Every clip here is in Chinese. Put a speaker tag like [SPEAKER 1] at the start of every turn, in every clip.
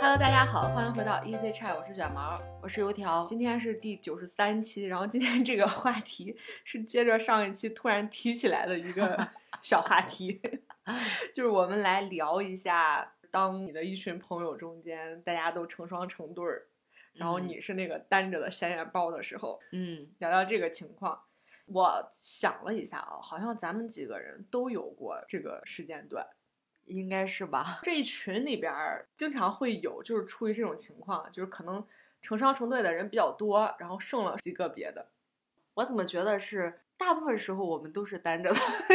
[SPEAKER 1] Hello，大家好，欢迎回到 Easy Chat，我是卷毛，我是油条。今天是第九十三期，然后今天这个话题是接着上一期突然提起来的一 个小话题，就是我们来聊一下，当你的一群朋友中间大家都成双成对儿，然后
[SPEAKER 2] 嗯
[SPEAKER 1] 你是那个单着的显眼包的时候，
[SPEAKER 2] 嗯
[SPEAKER 1] 聊聊这个情况。我想了一下啊，好像咱们几个人都有过这个时间段。，
[SPEAKER 2] 应该是吧。
[SPEAKER 1] 这一群里边儿经常会有，就是出于这种情况，就是可能成双成对的人比较多，然后剩了几个别的。
[SPEAKER 2] 我怎么觉得是大部分时候我们都是单着的，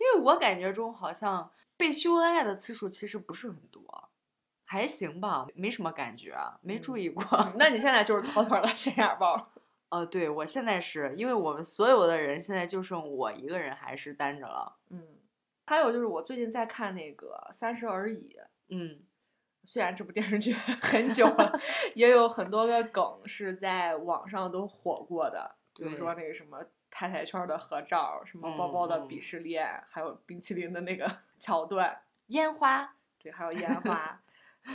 [SPEAKER 2] 因为我感觉中好像被秀恩爱的次数其实不是很多，还行吧，没什么感觉啊，没注意 过。
[SPEAKER 1] 嗯那你现在就是妥妥的显眼包儿。
[SPEAKER 2] 哦，对我现在是因为我们所有的人现在就剩我一个人还是单着了。
[SPEAKER 1] 嗯，还有就是我最近在看那个《三十而已》，
[SPEAKER 2] 嗯
[SPEAKER 1] 虽然这部电视剧 很久了，也有很多个梗是在网上都火过的，比如
[SPEAKER 2] 对
[SPEAKER 1] 说那个什么太太圈儿的合照，什么包包的
[SPEAKER 2] 嗯嗯
[SPEAKER 1] 鄙视链，还有冰淇淋的那个 桥段。
[SPEAKER 2] 烟花，
[SPEAKER 1] 对，还有烟花。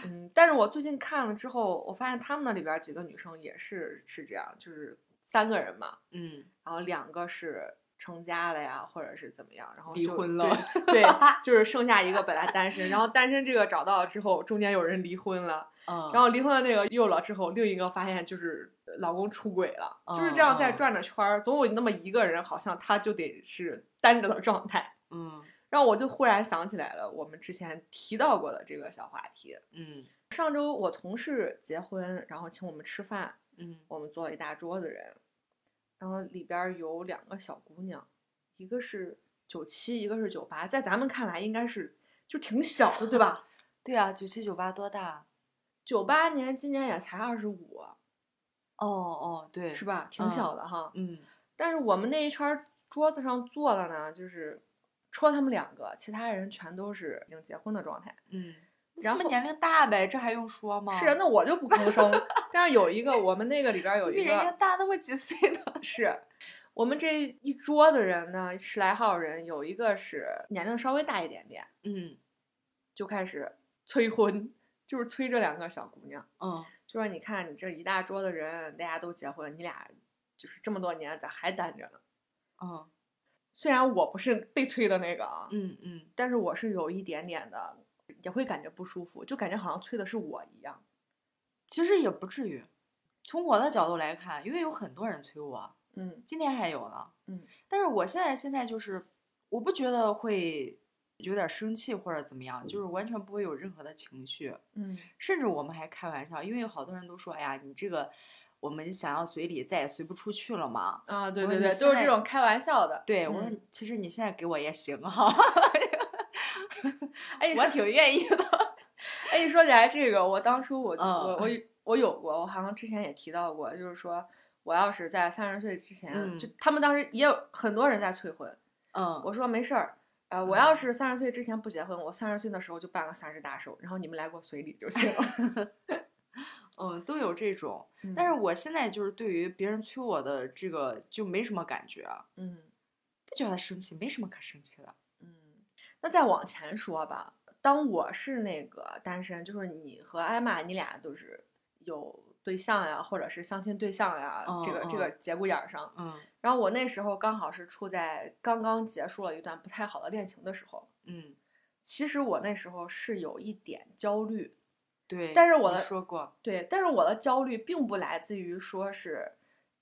[SPEAKER 1] 嗯，但是我最近看了之后，我发现他们那里边儿几个女生也是是这样，就是三个人嘛，
[SPEAKER 2] 嗯，
[SPEAKER 1] 然后两个是成家了呀，或者是怎么样，然后
[SPEAKER 2] 离
[SPEAKER 1] 就
[SPEAKER 2] 婚了
[SPEAKER 1] 对，对，就是剩下一个本来单身，然后单身这个找到了之后，中间有人离婚了，
[SPEAKER 2] 嗯
[SPEAKER 1] 然后离婚的那个又了之后，另一个发现就是老公出轨了，就是这样在
[SPEAKER 2] 哦哦
[SPEAKER 1] 转着圈儿，总有那么一个人好像他就得是单着的状态，
[SPEAKER 2] 嗯
[SPEAKER 1] 然后我就忽然想起来了我们之前提到过的这个小话题。
[SPEAKER 2] 嗯
[SPEAKER 1] 上周我同事结婚，然后请我们吃饭，
[SPEAKER 2] 嗯
[SPEAKER 1] 我们坐了一大桌子人，然后里边儿有两个小姑娘，一个是九七，一个是九八，在咱们看来应该是就挺小的，对吧？
[SPEAKER 2] 对啊，九七九八多大？啊
[SPEAKER 1] 九八年今年也才二十五，
[SPEAKER 2] 哦哦，对，
[SPEAKER 1] 是？吧？挺
[SPEAKER 2] 嗯
[SPEAKER 1] 小的哈。
[SPEAKER 2] 嗯
[SPEAKER 1] 但是我们那一圈儿桌子上坐的呢，就是除了他们两个，其他人全都是已经结婚的状态。
[SPEAKER 2] 嗯。
[SPEAKER 1] 然
[SPEAKER 2] 然后啊
[SPEAKER 1] 后
[SPEAKER 2] 年龄大呗，这还用说吗？
[SPEAKER 1] 是，那我就不吭声。但是有一个，我们那个里边儿有
[SPEAKER 2] 比
[SPEAKER 1] 一
[SPEAKER 2] 人家
[SPEAKER 1] 个
[SPEAKER 2] 大那么几岁呢。
[SPEAKER 1] 是，我们这一桌子人呢，十来号人，有一个是年龄稍微大一点点，
[SPEAKER 2] 嗯
[SPEAKER 1] 就开始催婚，就是催这两个小姑娘，
[SPEAKER 2] 嗯
[SPEAKER 1] 就说你看你这一大桌子人，大家都结婚，你俩就是这么多年咋还单着呢？
[SPEAKER 2] 嗯
[SPEAKER 1] 虽然我不是被催的那个啊，
[SPEAKER 2] 嗯嗯，
[SPEAKER 1] 但是我是有一点点的，也会感觉不舒服，就感觉好像催的是我一样。
[SPEAKER 2] 其实也不至于。从我的角度来看，因为有很多人催我，
[SPEAKER 1] 嗯
[SPEAKER 2] 今天还有呢。
[SPEAKER 1] 嗯，
[SPEAKER 2] 但是我现在现在就是，我不觉得会有点生气或者怎么样，就是完全不会有任何的情绪。
[SPEAKER 1] 嗯
[SPEAKER 2] 甚至我们还开玩笑，因为有好多人都说：“哎呀，你这个我们想要嘴里再也随不出去了嘛。
[SPEAKER 1] 啊，对
[SPEAKER 2] 我
[SPEAKER 1] 对对，
[SPEAKER 2] 说你
[SPEAKER 1] 都是
[SPEAKER 2] 现
[SPEAKER 1] 这
[SPEAKER 2] 在
[SPEAKER 1] 种开玩笑的。
[SPEAKER 2] 对，我
[SPEAKER 1] 嗯
[SPEAKER 2] 说：“其实你现在给我也行哈、
[SPEAKER 1] 哎，你
[SPEAKER 2] 我
[SPEAKER 1] 说
[SPEAKER 2] 挺愿意的。
[SPEAKER 1] 哎，你说起来这个，我当初我就、
[SPEAKER 2] 嗯
[SPEAKER 1] 我我有我有过，我好像之前也提到过，就是说我要是在三十岁之前，
[SPEAKER 2] 嗯
[SPEAKER 1] 就他们当时也有很多人在催婚，”
[SPEAKER 2] 嗯，
[SPEAKER 1] 我说没事儿。呃，我要是三十岁之前不结婚，我三十岁的时候就办个三十大寿，然后你们来给我随礼就行了。
[SPEAKER 2] 嗯，都有这种，
[SPEAKER 1] 嗯
[SPEAKER 2] 但是，我现在就是对于别人催我的这个就没什么感觉，
[SPEAKER 1] 嗯
[SPEAKER 2] 不觉得生气，没什么可生气的。
[SPEAKER 1] 嗯，那再往前说吧，当我是那个单身，就是你和艾玛，你俩都是有对象呀，或者是相亲对象呀，这个这
[SPEAKER 2] 嗯嗯
[SPEAKER 1] 个节骨眼儿上，
[SPEAKER 2] 嗯
[SPEAKER 1] 然后我那时候刚好是处在刚刚结束了一段不太好的恋情的时候。
[SPEAKER 2] 嗯，
[SPEAKER 1] 其实我那时候是有一点焦虑，
[SPEAKER 2] 对。
[SPEAKER 1] 但是我
[SPEAKER 2] 你
[SPEAKER 1] 的
[SPEAKER 2] 说过，
[SPEAKER 1] 对，但是我的焦虑并不来自于说是，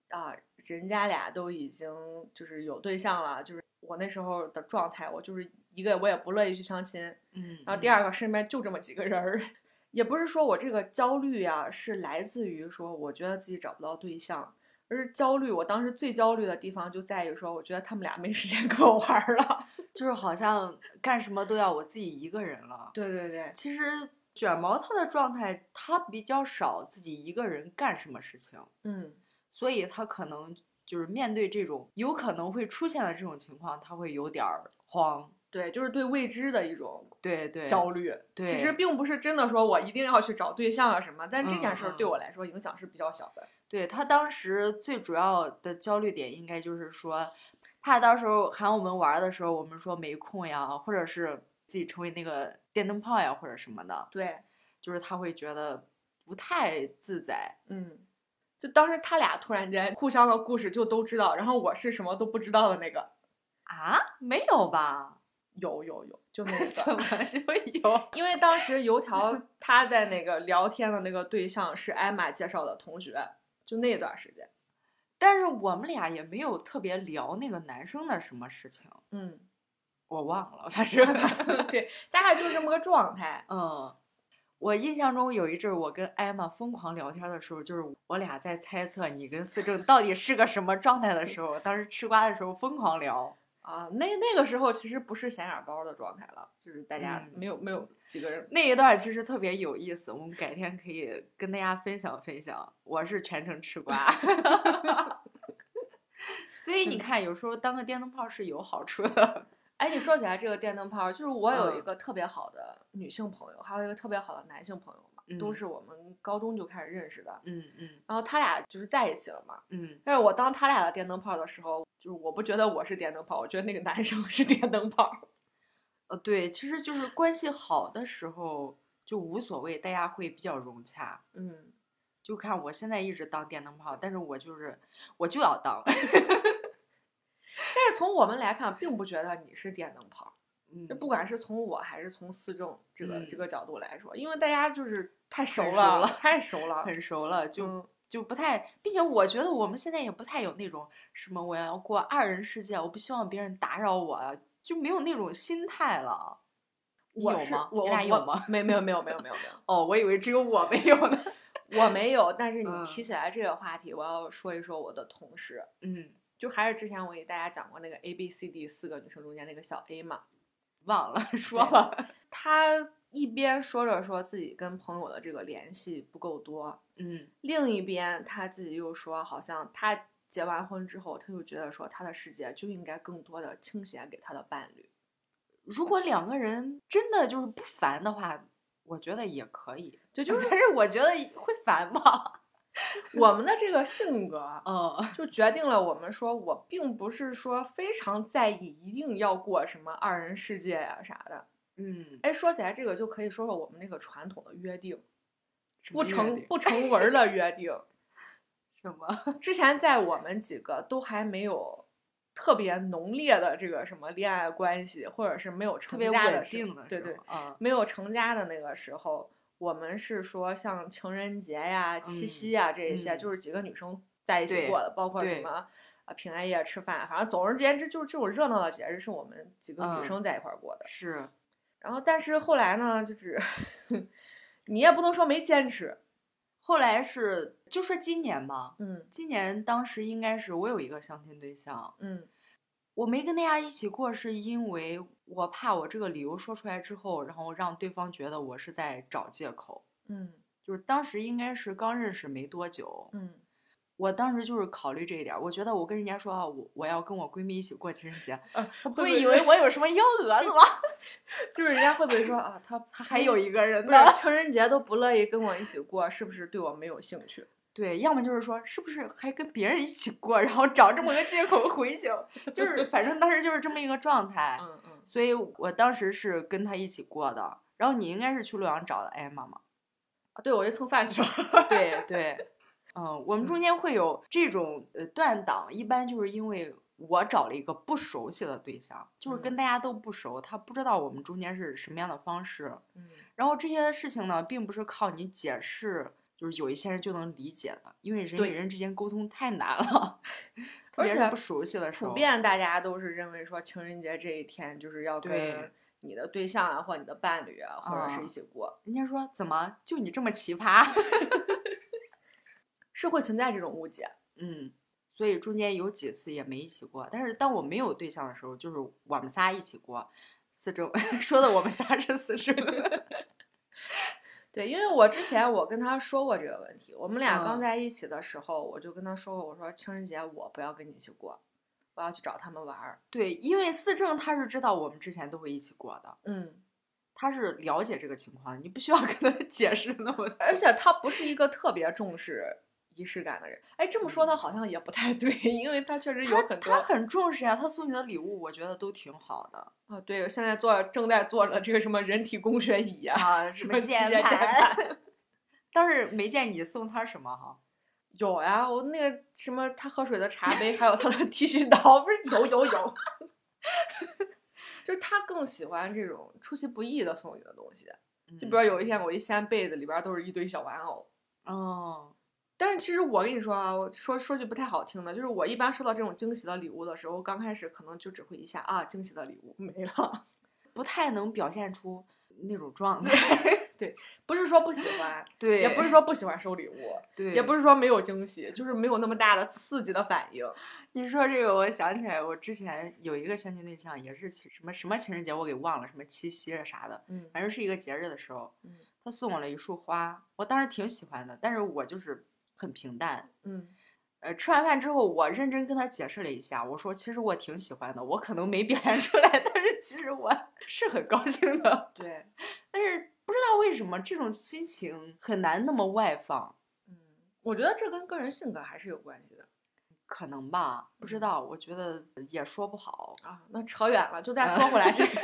[SPEAKER 1] 啊、人家俩都已经就是有对象了，就是我那时候的状态，我就是一个我也不乐意去相亲，
[SPEAKER 2] 嗯，
[SPEAKER 1] 然后第二
[SPEAKER 2] 个，
[SPEAKER 1] 个身边就这么几个人儿， 也不是说我这个焦虑呀、是来自于说我觉得自己找不到对象，而是焦虑。我当时最焦虑的地方就在于说，我觉得他们俩没时间 跟我玩儿了。
[SPEAKER 2] 就是好像干什么都要我自己一个人了。
[SPEAKER 1] 对对对，
[SPEAKER 2] 其实卷毛他的状态，他比较少自己一个人干什么事情，
[SPEAKER 1] 嗯
[SPEAKER 2] 所以他可能就是面对这种有可能会出现的这种情况，他会有点儿慌。
[SPEAKER 1] 对，就是对未知的一种
[SPEAKER 2] 对对，
[SPEAKER 1] 焦虑。其实
[SPEAKER 2] 对
[SPEAKER 1] 并不是真的说我一定要去找对象啊什么，但这件事儿
[SPEAKER 2] 嗯嗯
[SPEAKER 1] 对我来说影响是比较小的。
[SPEAKER 2] 对他当时最主要的焦虑点，应该就是说，怕到时候喊我们玩儿的时候，我们说没空呀，或者是自己成为那个电灯泡呀或者什么的，
[SPEAKER 1] 对，
[SPEAKER 2] 就是他会觉得不太自在。
[SPEAKER 1] 嗯，就当时他俩突然间互相的故事就都知道，然后我是什么都不知道的那个，
[SPEAKER 2] 啊，没有吧？
[SPEAKER 1] 有有有，就那
[SPEAKER 2] 怎
[SPEAKER 1] 个。
[SPEAKER 2] 么就有？
[SPEAKER 1] 因为当时油条他在那个聊天的那个对象是艾玛介绍的同学，就那段时间，
[SPEAKER 2] 但是我们俩也没有特别聊那个男生的什么事情，
[SPEAKER 1] 嗯，
[SPEAKER 2] 我忘了，反正
[SPEAKER 1] 对，大概就是这么个状态。
[SPEAKER 2] 嗯，我印象中有一阵儿我跟艾玛疯狂聊天的时候，就是我俩在猜测你跟思政到底是个什么状态的时候，当时吃瓜的时候疯狂聊。
[SPEAKER 1] 啊，那那个时候其实不是显眼包的状态了，就是大家
[SPEAKER 2] 嗯
[SPEAKER 1] 没有、没有几个人，
[SPEAKER 2] 那一段儿其实特别有意思，我们改天可以跟大家分享分享。我是全程吃瓜， 所以你
[SPEAKER 1] 嗯
[SPEAKER 2] 看，有时候当个电灯泡是有好处的。
[SPEAKER 1] 哎，你说起来这个电灯泡儿，就是我有一
[SPEAKER 2] 嗯
[SPEAKER 1] 个特别好的女性朋友，还有一个特别好的男性朋友嘛，都
[SPEAKER 2] 嗯
[SPEAKER 1] 是我们高中就开始认识的，
[SPEAKER 2] 嗯嗯
[SPEAKER 1] 然后他俩就是在一起了嘛。
[SPEAKER 2] 嗯，
[SPEAKER 1] 但是我当他俩的电灯泡儿的时候，就是我不觉得我是电灯泡儿，我觉得那个男生是电灯泡儿。
[SPEAKER 2] 呃，对，其实就是关系好的时候就无所谓，大家会比较融洽。
[SPEAKER 1] 嗯，
[SPEAKER 2] 就看我现在一直当电灯泡，但是我就是我就要当，
[SPEAKER 1] 但是从我们来看，并不觉得你是电灯泡儿。
[SPEAKER 2] 嗯
[SPEAKER 1] 就，不管是从我还是从思政这个、这
[SPEAKER 2] 嗯
[SPEAKER 1] 个角度来说，因为大家就是太熟了，
[SPEAKER 2] 熟了
[SPEAKER 1] 太熟了，
[SPEAKER 2] 很熟了，就、
[SPEAKER 1] 嗯
[SPEAKER 2] 就不太，并且我觉得我们现在也不太有那种什么我要过二人世界，我不希望别人打扰我啊，就没有那种心态了。你
[SPEAKER 1] 我
[SPEAKER 2] 有
[SPEAKER 1] 是
[SPEAKER 2] 吗？
[SPEAKER 1] 我
[SPEAKER 2] 你俩
[SPEAKER 1] 我
[SPEAKER 2] 有吗？？
[SPEAKER 1] 没没有没有没有没有没有。
[SPEAKER 2] 哦，我以为只有我没有呢。
[SPEAKER 1] 我没有，但是你
[SPEAKER 2] 嗯
[SPEAKER 1] 提起来这个话题，我要说一说我的同事，
[SPEAKER 2] 嗯，
[SPEAKER 1] 就还是之前我给大家讲过那个 A B C D 四个女生中间那个小 A 嘛，
[SPEAKER 2] 忘了说吧。
[SPEAKER 1] 她一边说着说自己跟朋友的这个联系不够多，
[SPEAKER 2] 嗯
[SPEAKER 1] 另一边她自己又说，好像她结完婚之后，她就觉得说她的世界就应该更多的倾斜给她的伴侣。
[SPEAKER 2] 如果两个人真的就是不烦的话，我觉得也可以。
[SPEAKER 1] 这
[SPEAKER 2] 就
[SPEAKER 1] 就是
[SPEAKER 2] 是，但是我觉得会烦吧。，
[SPEAKER 1] 我们的这个性格啊
[SPEAKER 2] 嗯。
[SPEAKER 1] 就决定了我们说，我并不是说非常在意一定要过什么二人世界呀、啥的。
[SPEAKER 2] 嗯，
[SPEAKER 1] 哎，说起来这个就可以说说我们那个传统的约定，
[SPEAKER 2] 什
[SPEAKER 1] 不
[SPEAKER 2] 么约
[SPEAKER 1] 成
[SPEAKER 2] 定
[SPEAKER 1] 不成文儿的约定。
[SPEAKER 2] 什么？
[SPEAKER 1] 之前在我们几个都还没有特别浓烈的这个什么恋爱关系，或者是没有
[SPEAKER 2] 特
[SPEAKER 1] 成
[SPEAKER 2] 别
[SPEAKER 1] 家的
[SPEAKER 2] 稳
[SPEAKER 1] 时
[SPEAKER 2] 定的，
[SPEAKER 1] 对对，，
[SPEAKER 2] 啊，
[SPEAKER 1] 没有成家的那个时候，我们是说像情人节呀、七
[SPEAKER 2] 嗯
[SPEAKER 1] 夕呀这一些，
[SPEAKER 2] 嗯
[SPEAKER 1] 就是几个女生在一起
[SPEAKER 2] 对
[SPEAKER 1] 过的，包括什
[SPEAKER 2] 对
[SPEAKER 1] 么。呃平安夜吃饭，反正总而言之，就是这种热闹的节日是我们几个女
[SPEAKER 2] 嗯
[SPEAKER 1] 生在一块儿过的。
[SPEAKER 2] 是，
[SPEAKER 1] 然后，但是后来呢，就是 你也不能说没坚持，
[SPEAKER 2] 后来是就说今年吧，
[SPEAKER 1] 嗯
[SPEAKER 2] 今年当时应该是我有一个相亲对象，
[SPEAKER 1] 嗯
[SPEAKER 2] 我没跟大家一起过，是因为我怕我这个理由说出来之后，然后让对方觉得我是在找借口。
[SPEAKER 1] 嗯
[SPEAKER 2] 就是当时应该是刚认识没多久，
[SPEAKER 1] 嗯
[SPEAKER 2] 我当时就是考虑这一点儿，我觉得我跟人家说啊，我我要跟我闺蜜一起过情人节，
[SPEAKER 1] 啊
[SPEAKER 2] 她不
[SPEAKER 1] 会不
[SPEAKER 2] 会以
[SPEAKER 1] 会
[SPEAKER 2] 为我有什么幺蛾子吧？
[SPEAKER 1] 就是人家会不会说啊，他
[SPEAKER 2] 还有一个人
[SPEAKER 1] 不
[SPEAKER 2] 呢
[SPEAKER 1] 是，情人节都不乐意跟我一起过，是不是对我没有兴趣？
[SPEAKER 2] 对，要么就是说是不是还跟别人一起过，然后找这么个借口回去，就是反正当时就是这么一个状态。
[SPEAKER 1] 嗯嗯，
[SPEAKER 2] 所以我当时是跟他一起过的，然后你应该是去洛阳找的艾玛嘛？
[SPEAKER 1] 啊，对我去蹭饭去了。
[SPEAKER 2] 对对，嗯，我们中间会有这种呃断档，一般就是因为我找了一个不熟悉的对象，就是跟
[SPEAKER 1] 嗯
[SPEAKER 2] 大家都不熟，他不知道我们中间是什么样的方式，
[SPEAKER 1] 嗯
[SPEAKER 2] 然后这些事情呢，并不是靠你解释，就是有一些人就能理解的，因为人
[SPEAKER 1] 对
[SPEAKER 2] 与人之间沟通太难了，
[SPEAKER 1] 而
[SPEAKER 2] 特别是
[SPEAKER 1] 且
[SPEAKER 2] 不熟悉的时候。
[SPEAKER 1] 普遍大家都是认为说情人节这一天就是要跟
[SPEAKER 2] 对
[SPEAKER 1] 你的对象啊，或你的伴侣啊，或者是
[SPEAKER 2] 啊
[SPEAKER 1] 一起过，
[SPEAKER 2] 人家说怎么就你这么奇葩？
[SPEAKER 1] 是会存在这种误解。
[SPEAKER 2] 嗯，所以中间有几次也没一起过，但是当我没有对象的时候，就是我们仨一起过。四周 说的我们仨是四周，
[SPEAKER 1] 对，因为我之前我跟他说过这个问题，我们俩刚
[SPEAKER 2] 嗯
[SPEAKER 1] 在一起的时候，我就跟他说过，我说情人节我不要跟你一起过，我要去找他们玩儿。
[SPEAKER 2] 对，因为四正他是知道我们之前都会一起过的，
[SPEAKER 1] 嗯，
[SPEAKER 2] 他是了解这个情况，你不需要跟他解释那么多。
[SPEAKER 1] 而且他不是一个特别重视仪式感的人。哎，这么说他好像也不太对， 因为他确实有
[SPEAKER 2] 嗯他
[SPEAKER 1] 很多
[SPEAKER 2] 他很重视呀、他送你的礼物我觉得都挺好的
[SPEAKER 1] 啊，对，现在做正在做了这个什么人体工学椅呀、
[SPEAKER 2] 啊，什么
[SPEAKER 1] 么
[SPEAKER 2] 键
[SPEAKER 1] 键
[SPEAKER 2] 盘， 但是没见你送他什么哈。
[SPEAKER 1] 有呀，我那个什么他喝水的茶杯，还有他的 剃须刀，不是有有有， 就是他更喜欢这种出其不意的送你的东西。就比
[SPEAKER 2] 嗯
[SPEAKER 1] 如有一天我一掀被子，里边儿都是一堆小玩偶。
[SPEAKER 2] 嗯
[SPEAKER 1] 但是其实我跟你说啊，我说说句不太好听的，就是我一般收到这种惊喜的礼物的时候，刚开始可能就只会一下啊，惊喜的礼物没了，
[SPEAKER 2] 不太能表现出那种状态，
[SPEAKER 1] 不是说不喜欢，
[SPEAKER 2] 对
[SPEAKER 1] 也不是，说不喜欢收礼物，
[SPEAKER 2] 对，
[SPEAKER 1] 也不是说没有惊喜，就是没有那么大的刺激的反应。
[SPEAKER 2] 你说这个，我想起来，我之前有一个相亲对象，也是情什么什么情人节，我给忘了，什么七夕啊啥的，
[SPEAKER 1] 嗯
[SPEAKER 2] 反正是一个节日的时候
[SPEAKER 1] 嗯，
[SPEAKER 2] 他送我了一束花，我当时挺喜欢的，但是我就是很平淡。
[SPEAKER 1] 嗯，
[SPEAKER 2] 呃，吃完饭之后，我认真跟他解释了一下，我说其实我挺喜欢的，我可能没表现出来， 但是其实我是很高兴的，
[SPEAKER 1] 对，
[SPEAKER 2] 但是不知道为什么这种心情很难那么外放，
[SPEAKER 1] 嗯，我觉得这跟个人性格还是有关系的
[SPEAKER 2] 可能吧，不知道，我觉得也说不好。
[SPEAKER 1] 啊。那扯远了，就再说回来 这个，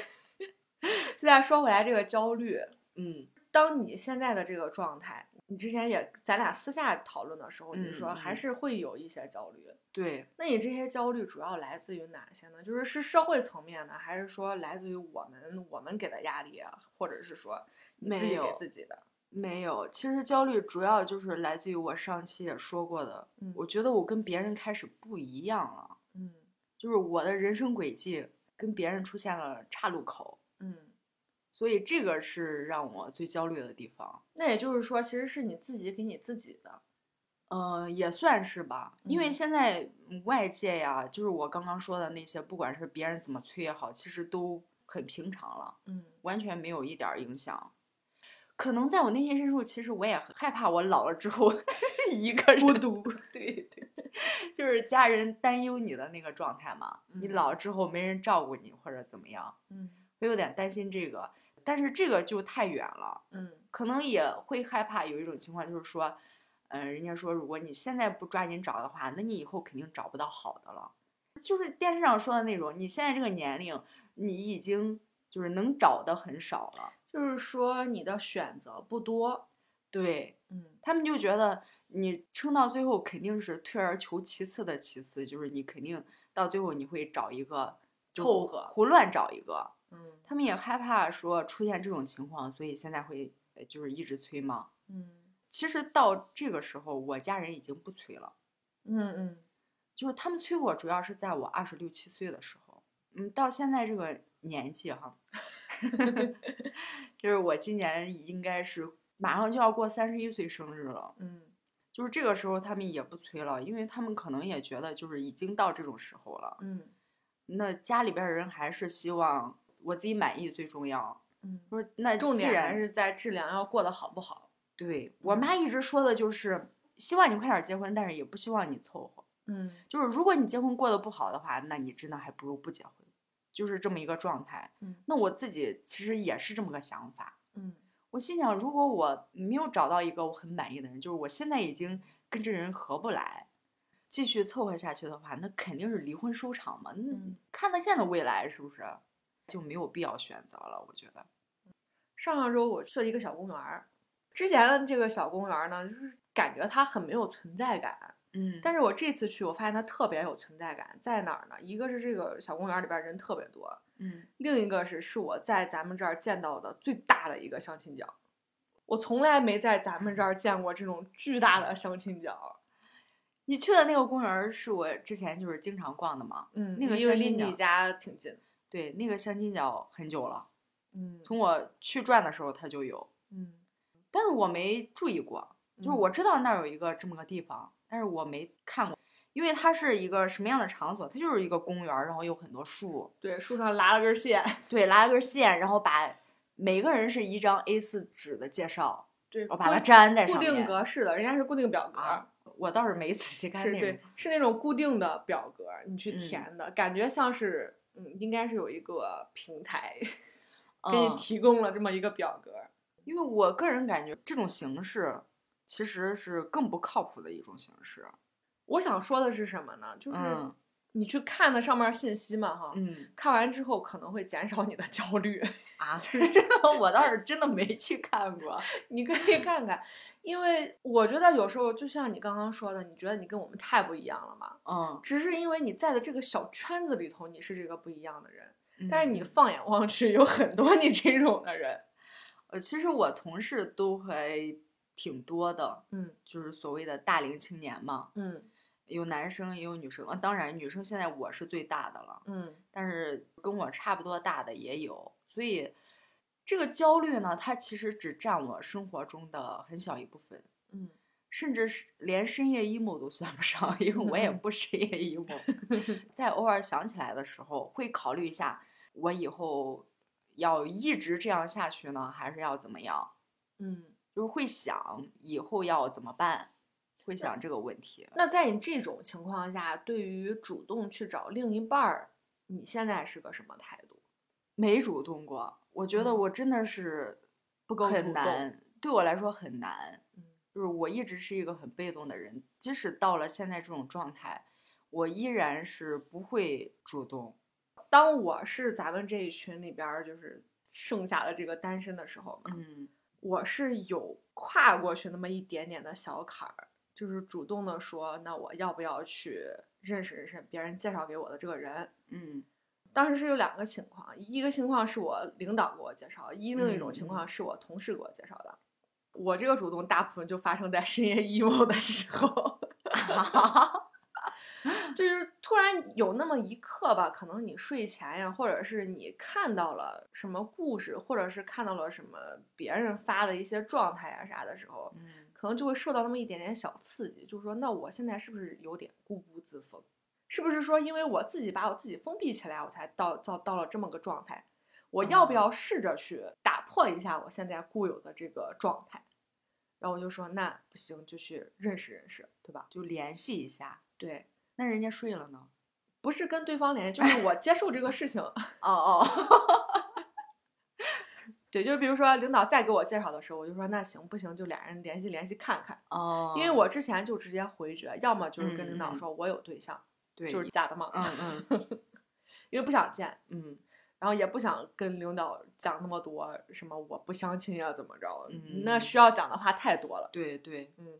[SPEAKER 1] 就再说回来这个焦虑。
[SPEAKER 2] 嗯
[SPEAKER 1] 当你现在的这个状态，你之前也咱俩私下讨论的时候，你
[SPEAKER 2] 嗯
[SPEAKER 1] 说还
[SPEAKER 2] 嗯
[SPEAKER 1] 是会有一些焦虑。
[SPEAKER 2] 对，
[SPEAKER 1] 那你这些焦虑主要来自于哪些呢？就是是社会层面的，还是说来自于我们我们给的压力啊，或者是说你自
[SPEAKER 2] 没
[SPEAKER 1] 己给
[SPEAKER 2] 有
[SPEAKER 1] 自己的？
[SPEAKER 2] 没有，其实焦虑主要就是来自于我上期也说过的，
[SPEAKER 1] 嗯
[SPEAKER 2] 我觉得我跟别人开始不一样了，
[SPEAKER 1] 嗯
[SPEAKER 2] 就是我的人生轨迹跟别人出现了岔路口，
[SPEAKER 1] 嗯，
[SPEAKER 2] 所以这个是让我最焦虑的地方。
[SPEAKER 1] 那也就是说，其实是你自己给你自己的。
[SPEAKER 2] 呃，也算是吧，因为
[SPEAKER 1] 嗯
[SPEAKER 2] 现在嗯外界呀，就是我刚刚说的那些，不管是别人怎么催也好，其实都很平常了。
[SPEAKER 1] 嗯
[SPEAKER 2] 完全没有一点儿影响。可能在我内心深处，其实我也很害怕，我老了之后 一个人孤独，对对，就是家人担忧你的那个状态嘛。你
[SPEAKER 1] 嗯
[SPEAKER 2] 老了之后没人照顾你或者怎么样，
[SPEAKER 1] 嗯
[SPEAKER 2] 我有点担心这个。但是这个就太远了，
[SPEAKER 1] 嗯
[SPEAKER 2] 可能也会害怕有一种情况，就是说，嗯、人家说如果你现在不抓紧找的话，那你以后肯定找不到好的了。就是电视上说的那种，你现在这个年龄，你已经就是能找的很少了。
[SPEAKER 1] 就是说你的选择不多。
[SPEAKER 2] 对
[SPEAKER 1] 嗯
[SPEAKER 2] 他们就觉得你撑到最后肯定是退而求其次的其次，就是你肯定到最后你会找一个就
[SPEAKER 1] 凑合
[SPEAKER 2] 胡乱找一个。
[SPEAKER 1] 嗯
[SPEAKER 2] 他们也害怕说出现这种情况，所以现在会呃就是一直催嘛。
[SPEAKER 1] 嗯
[SPEAKER 2] 其实到这个时候，我家人已经不催了，
[SPEAKER 1] 嗯嗯
[SPEAKER 2] 就是他们催我主要是在我二十六七岁的时候，嗯，到现在这个年纪哈，就是我今年应该是马上就要过三十一岁生日了。
[SPEAKER 1] 嗯
[SPEAKER 2] 就是这个时候他们也不催了，因为他们可能也觉得就是已经到这种时候了，
[SPEAKER 1] 嗯
[SPEAKER 2] 那家里边儿人还是希望我自己满意最重要。
[SPEAKER 1] 嗯，
[SPEAKER 2] 不是，那
[SPEAKER 1] 重
[SPEAKER 2] 既
[SPEAKER 1] 点还
[SPEAKER 2] 然
[SPEAKER 1] 是嗯在质量要过得好不好。
[SPEAKER 2] 对我妈一直说的就是希望你快点儿结婚，但是也不希望你凑合。
[SPEAKER 1] 嗯
[SPEAKER 2] 就是如果你结婚过得不好的话，那你真的还不如不结婚，就是这么一个状态。
[SPEAKER 1] 嗯
[SPEAKER 2] 那我自己其实也是这么个想法，
[SPEAKER 1] 嗯
[SPEAKER 2] 我心想，如果我没有找到一个我很满意的人，就是我现在已经跟这人合不来，继续凑合下去的话，那肯定是离婚收场嘛。嗯
[SPEAKER 1] 嗯，
[SPEAKER 2] 看得见的未来是不是就没有必要选择了？我觉得，
[SPEAKER 1] 上上周我去了一个小公园儿，之前的这个小公园儿呢，就是感觉它很没有存在感，
[SPEAKER 2] 嗯但
[SPEAKER 1] 但
[SPEAKER 2] 是
[SPEAKER 1] 是我这次去，我发现它特别有存在感，在哪儿呢？一个是这个小公园儿里边儿人特别多，
[SPEAKER 2] 嗯，
[SPEAKER 1] 另一个是是我在咱们这儿见到的最大的一个相亲角，我从来没在咱们这儿见过这种巨大的相亲角。
[SPEAKER 2] 你去的那个公园儿是我之前就是经常逛的嘛。
[SPEAKER 1] 嗯
[SPEAKER 2] 那个
[SPEAKER 1] 因为
[SPEAKER 2] 相
[SPEAKER 1] 离
[SPEAKER 2] 亲角
[SPEAKER 1] 你家挺近。
[SPEAKER 2] 对，那个相亲角很久了，
[SPEAKER 1] 嗯
[SPEAKER 2] 从我去转的时候它就有，
[SPEAKER 1] 嗯，
[SPEAKER 2] 但是我没注意过，就是
[SPEAKER 1] 嗯
[SPEAKER 2] 我知道那儿有一个这么个地方，但是我没看过，因为它是一个什么样的场所？它就是一个公园儿，然后有很多树，
[SPEAKER 1] 对，树上拉了根线。
[SPEAKER 2] 对，拉了根线，然后把每个人是一张 A4 纸的介绍，
[SPEAKER 1] 对，
[SPEAKER 2] 我把
[SPEAKER 1] 固
[SPEAKER 2] 它粘在
[SPEAKER 1] 固
[SPEAKER 2] 上面。
[SPEAKER 1] 定格式的，人家是固定表格。
[SPEAKER 2] 啊，我倒是没仔细看
[SPEAKER 1] 是
[SPEAKER 2] 那个
[SPEAKER 1] 对，，是那种固定的表格，你去
[SPEAKER 2] 嗯
[SPEAKER 1] 填的、感觉像是，嗯，应该是有一个平台 给你
[SPEAKER 2] 嗯，
[SPEAKER 1] 提供了这么一个表格。
[SPEAKER 2] 因为我个人感觉这种形式其实是更不靠谱的一种形式。
[SPEAKER 1] 我想说的是什么呢？就是
[SPEAKER 2] 嗯
[SPEAKER 1] 你去看那上面信息嘛，哈，
[SPEAKER 2] 嗯
[SPEAKER 1] 看完之后可能会减少你的焦虑。
[SPEAKER 2] 啊， 这个我倒是真的没去 看过。
[SPEAKER 1] 你可以看看，因为我觉得有时候就像你刚刚说的，你觉得你跟我们太不一样了嘛，
[SPEAKER 2] 嗯，
[SPEAKER 1] 只是因为你在的这个小圈子里头，你是这个不一样的人，但
[SPEAKER 2] 但
[SPEAKER 1] 是
[SPEAKER 2] 是
[SPEAKER 1] 你
[SPEAKER 2] 你
[SPEAKER 1] 放眼望去，有很多你这种的人。
[SPEAKER 2] 呃，其实我同事都还挺多的，
[SPEAKER 1] 嗯
[SPEAKER 2] 就是所谓的大龄青年嘛，
[SPEAKER 1] 嗯
[SPEAKER 2] 有男生也有女生。啊，当然，女生现在我是最大的了，
[SPEAKER 1] 嗯
[SPEAKER 2] 但是跟我差不多大的也有，所以这个焦虑呢，它其实只占我生活中的很小一部分。
[SPEAKER 1] 嗯，
[SPEAKER 2] 甚至是连深夜 emo 都算不上，因为我也不深夜 emo，在偶尔想起来的时候，会考虑一下，我以后要一直这样下去呢，还是要怎么样？
[SPEAKER 1] 嗯，
[SPEAKER 2] 就是会想以后要怎么办，会想这个问题。
[SPEAKER 1] 那在你这种情况下，对于主动去找另一半儿，你现在是个什么态度？
[SPEAKER 2] 没主动过，我觉得
[SPEAKER 1] 嗯
[SPEAKER 2] 我真的是
[SPEAKER 1] 不够主
[SPEAKER 2] 很
[SPEAKER 1] 动
[SPEAKER 2] 难，对我来说很难。
[SPEAKER 1] 嗯
[SPEAKER 2] 就是我一直是一个很被动的人，即使到了现在这种状态，我依然是不会主动。
[SPEAKER 1] 当我是咱们这一群里边儿就是剩下的这个单身的时候嘛，
[SPEAKER 2] 嗯。
[SPEAKER 1] 我是有跨过去那么一点点的小坎儿，就是主动的说，那我要不要去认识认识别人介绍给我的这个人？
[SPEAKER 2] 嗯
[SPEAKER 1] 当时是有两个情况，一个情况是我领导给我介绍，一另一种情
[SPEAKER 2] 嗯
[SPEAKER 1] 况是我同事给我介绍的。我这个主动大部分就发生在深夜 emo 的时候，就是突然有那么一刻吧，可能你睡前呀，或者是你看到了什么故事，或者是看到了什么别人发的一些状态呀啥的时候，
[SPEAKER 2] 嗯
[SPEAKER 1] 可能就会受到那么一点点小刺激，就是说，那我现在是不是有点固步自封？是不是说，因为我自己把我自己封闭起来，我才到到到了这么个状态？我要不
[SPEAKER 2] 嗯
[SPEAKER 1] 要试着去打破一下我现在固有的这个状态？然后我就说，那不行，就去认识认识，对吧？
[SPEAKER 2] 就联系一下。
[SPEAKER 1] 对，
[SPEAKER 2] 那人家睡了呢？
[SPEAKER 1] 不是跟对方联系，就是我接受这个事情。
[SPEAKER 2] 哦哦，
[SPEAKER 1] 对，就是比如说领导再给我介绍的时候，我就说那行不行，就俩人联系联系看看。
[SPEAKER 2] 哦
[SPEAKER 1] 因为我之前就直接回绝，要么就是跟领
[SPEAKER 2] 嗯
[SPEAKER 1] 导
[SPEAKER 2] 嗯
[SPEAKER 1] 说我有对象，
[SPEAKER 2] 对，
[SPEAKER 1] 就是假的嘛，
[SPEAKER 2] 嗯嗯
[SPEAKER 1] 因为不想见。
[SPEAKER 2] 嗯
[SPEAKER 1] 然后也不想跟领导讲那么多什么我不相亲啊呀、怎么着，
[SPEAKER 2] 嗯
[SPEAKER 1] 那需要讲的话太多了。
[SPEAKER 2] 对对，
[SPEAKER 1] 嗯，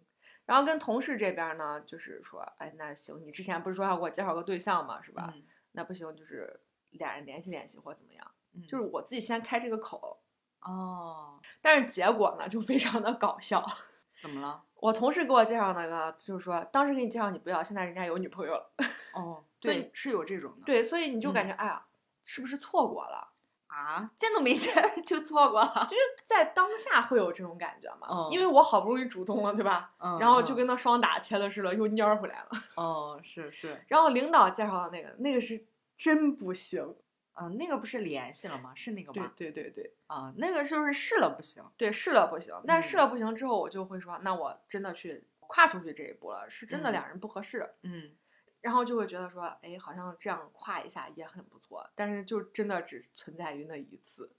[SPEAKER 1] 然后跟同事这边呢，就是说，哎，那行，你之前不是说要给我介绍个对象嘛，是吧？
[SPEAKER 2] 嗯？
[SPEAKER 1] 那不行，就是俩人联系联系或怎么样，
[SPEAKER 2] 嗯
[SPEAKER 1] 就是我自己先开这个口，
[SPEAKER 2] 哦，
[SPEAKER 1] 但是结果呢就非常的搞笑。
[SPEAKER 2] 怎么了？
[SPEAKER 1] 我同事给我介绍那个，就是说当时给你介绍你不要，现在人家有女朋友了，
[SPEAKER 2] 哦，
[SPEAKER 1] 对
[SPEAKER 2] 对，是有这种的。
[SPEAKER 1] 对，所以你就感
[SPEAKER 2] 嗯
[SPEAKER 1] 觉，哎呀，是不是错过了？
[SPEAKER 2] 啊，见 都没见就错过了。
[SPEAKER 1] 就是在当下会有这种感觉嘛？
[SPEAKER 2] 嗯
[SPEAKER 1] 因为我好不容易主动了，对吧？
[SPEAKER 2] 嗯
[SPEAKER 1] 然后就
[SPEAKER 2] 嗯
[SPEAKER 1] 跟那双打切的似的，又蔫儿回来了。
[SPEAKER 2] 哦，是是，
[SPEAKER 1] 然后领导介绍的那个，那个是真不行。
[SPEAKER 2] 嗯，那个不是联系了吗？是那个
[SPEAKER 1] 对
[SPEAKER 2] 吗？
[SPEAKER 1] 对对对
[SPEAKER 2] 啊，那个就是试了不行。
[SPEAKER 1] 对，试了不行。但试
[SPEAKER 2] 嗯
[SPEAKER 1] 了不行之后，我就会说，那我真的去跨出去这一步了，是真的
[SPEAKER 2] 嗯
[SPEAKER 1] 两人不合适。
[SPEAKER 2] 嗯，
[SPEAKER 1] 然后就会觉得说，哎，好像这样跨一下也很不错。但是就真的只存在于那一 次，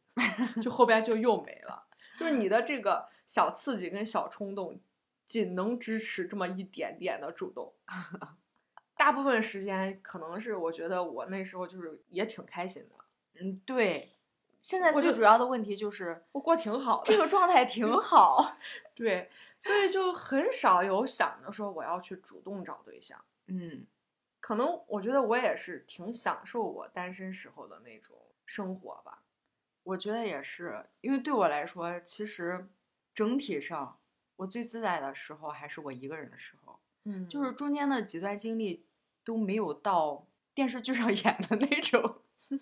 [SPEAKER 1] 就后边就又没了。就是你的这个小刺激跟小冲动，仅能支持这么一点点的主 动。大部分时间可能是我觉得我那时候就是也挺开心的，
[SPEAKER 2] 嗯，对。现在
[SPEAKER 1] 我
[SPEAKER 2] 最
[SPEAKER 1] 就
[SPEAKER 2] 主要的问题就是
[SPEAKER 1] 我嗯过挺好的。
[SPEAKER 2] 这个状态挺好。
[SPEAKER 1] 对，所以就很少有想着说我要去主动找对象。
[SPEAKER 2] 嗯
[SPEAKER 1] 可能我觉得我也是挺享受我单身时候的那种生活吧。
[SPEAKER 2] 我觉得也是，因为对我来说，其实整体上我最自在的时候还是我一个人的时候，
[SPEAKER 1] 嗯，就
[SPEAKER 2] 就是是中间的几段经历都没有到电视剧上 演的那种。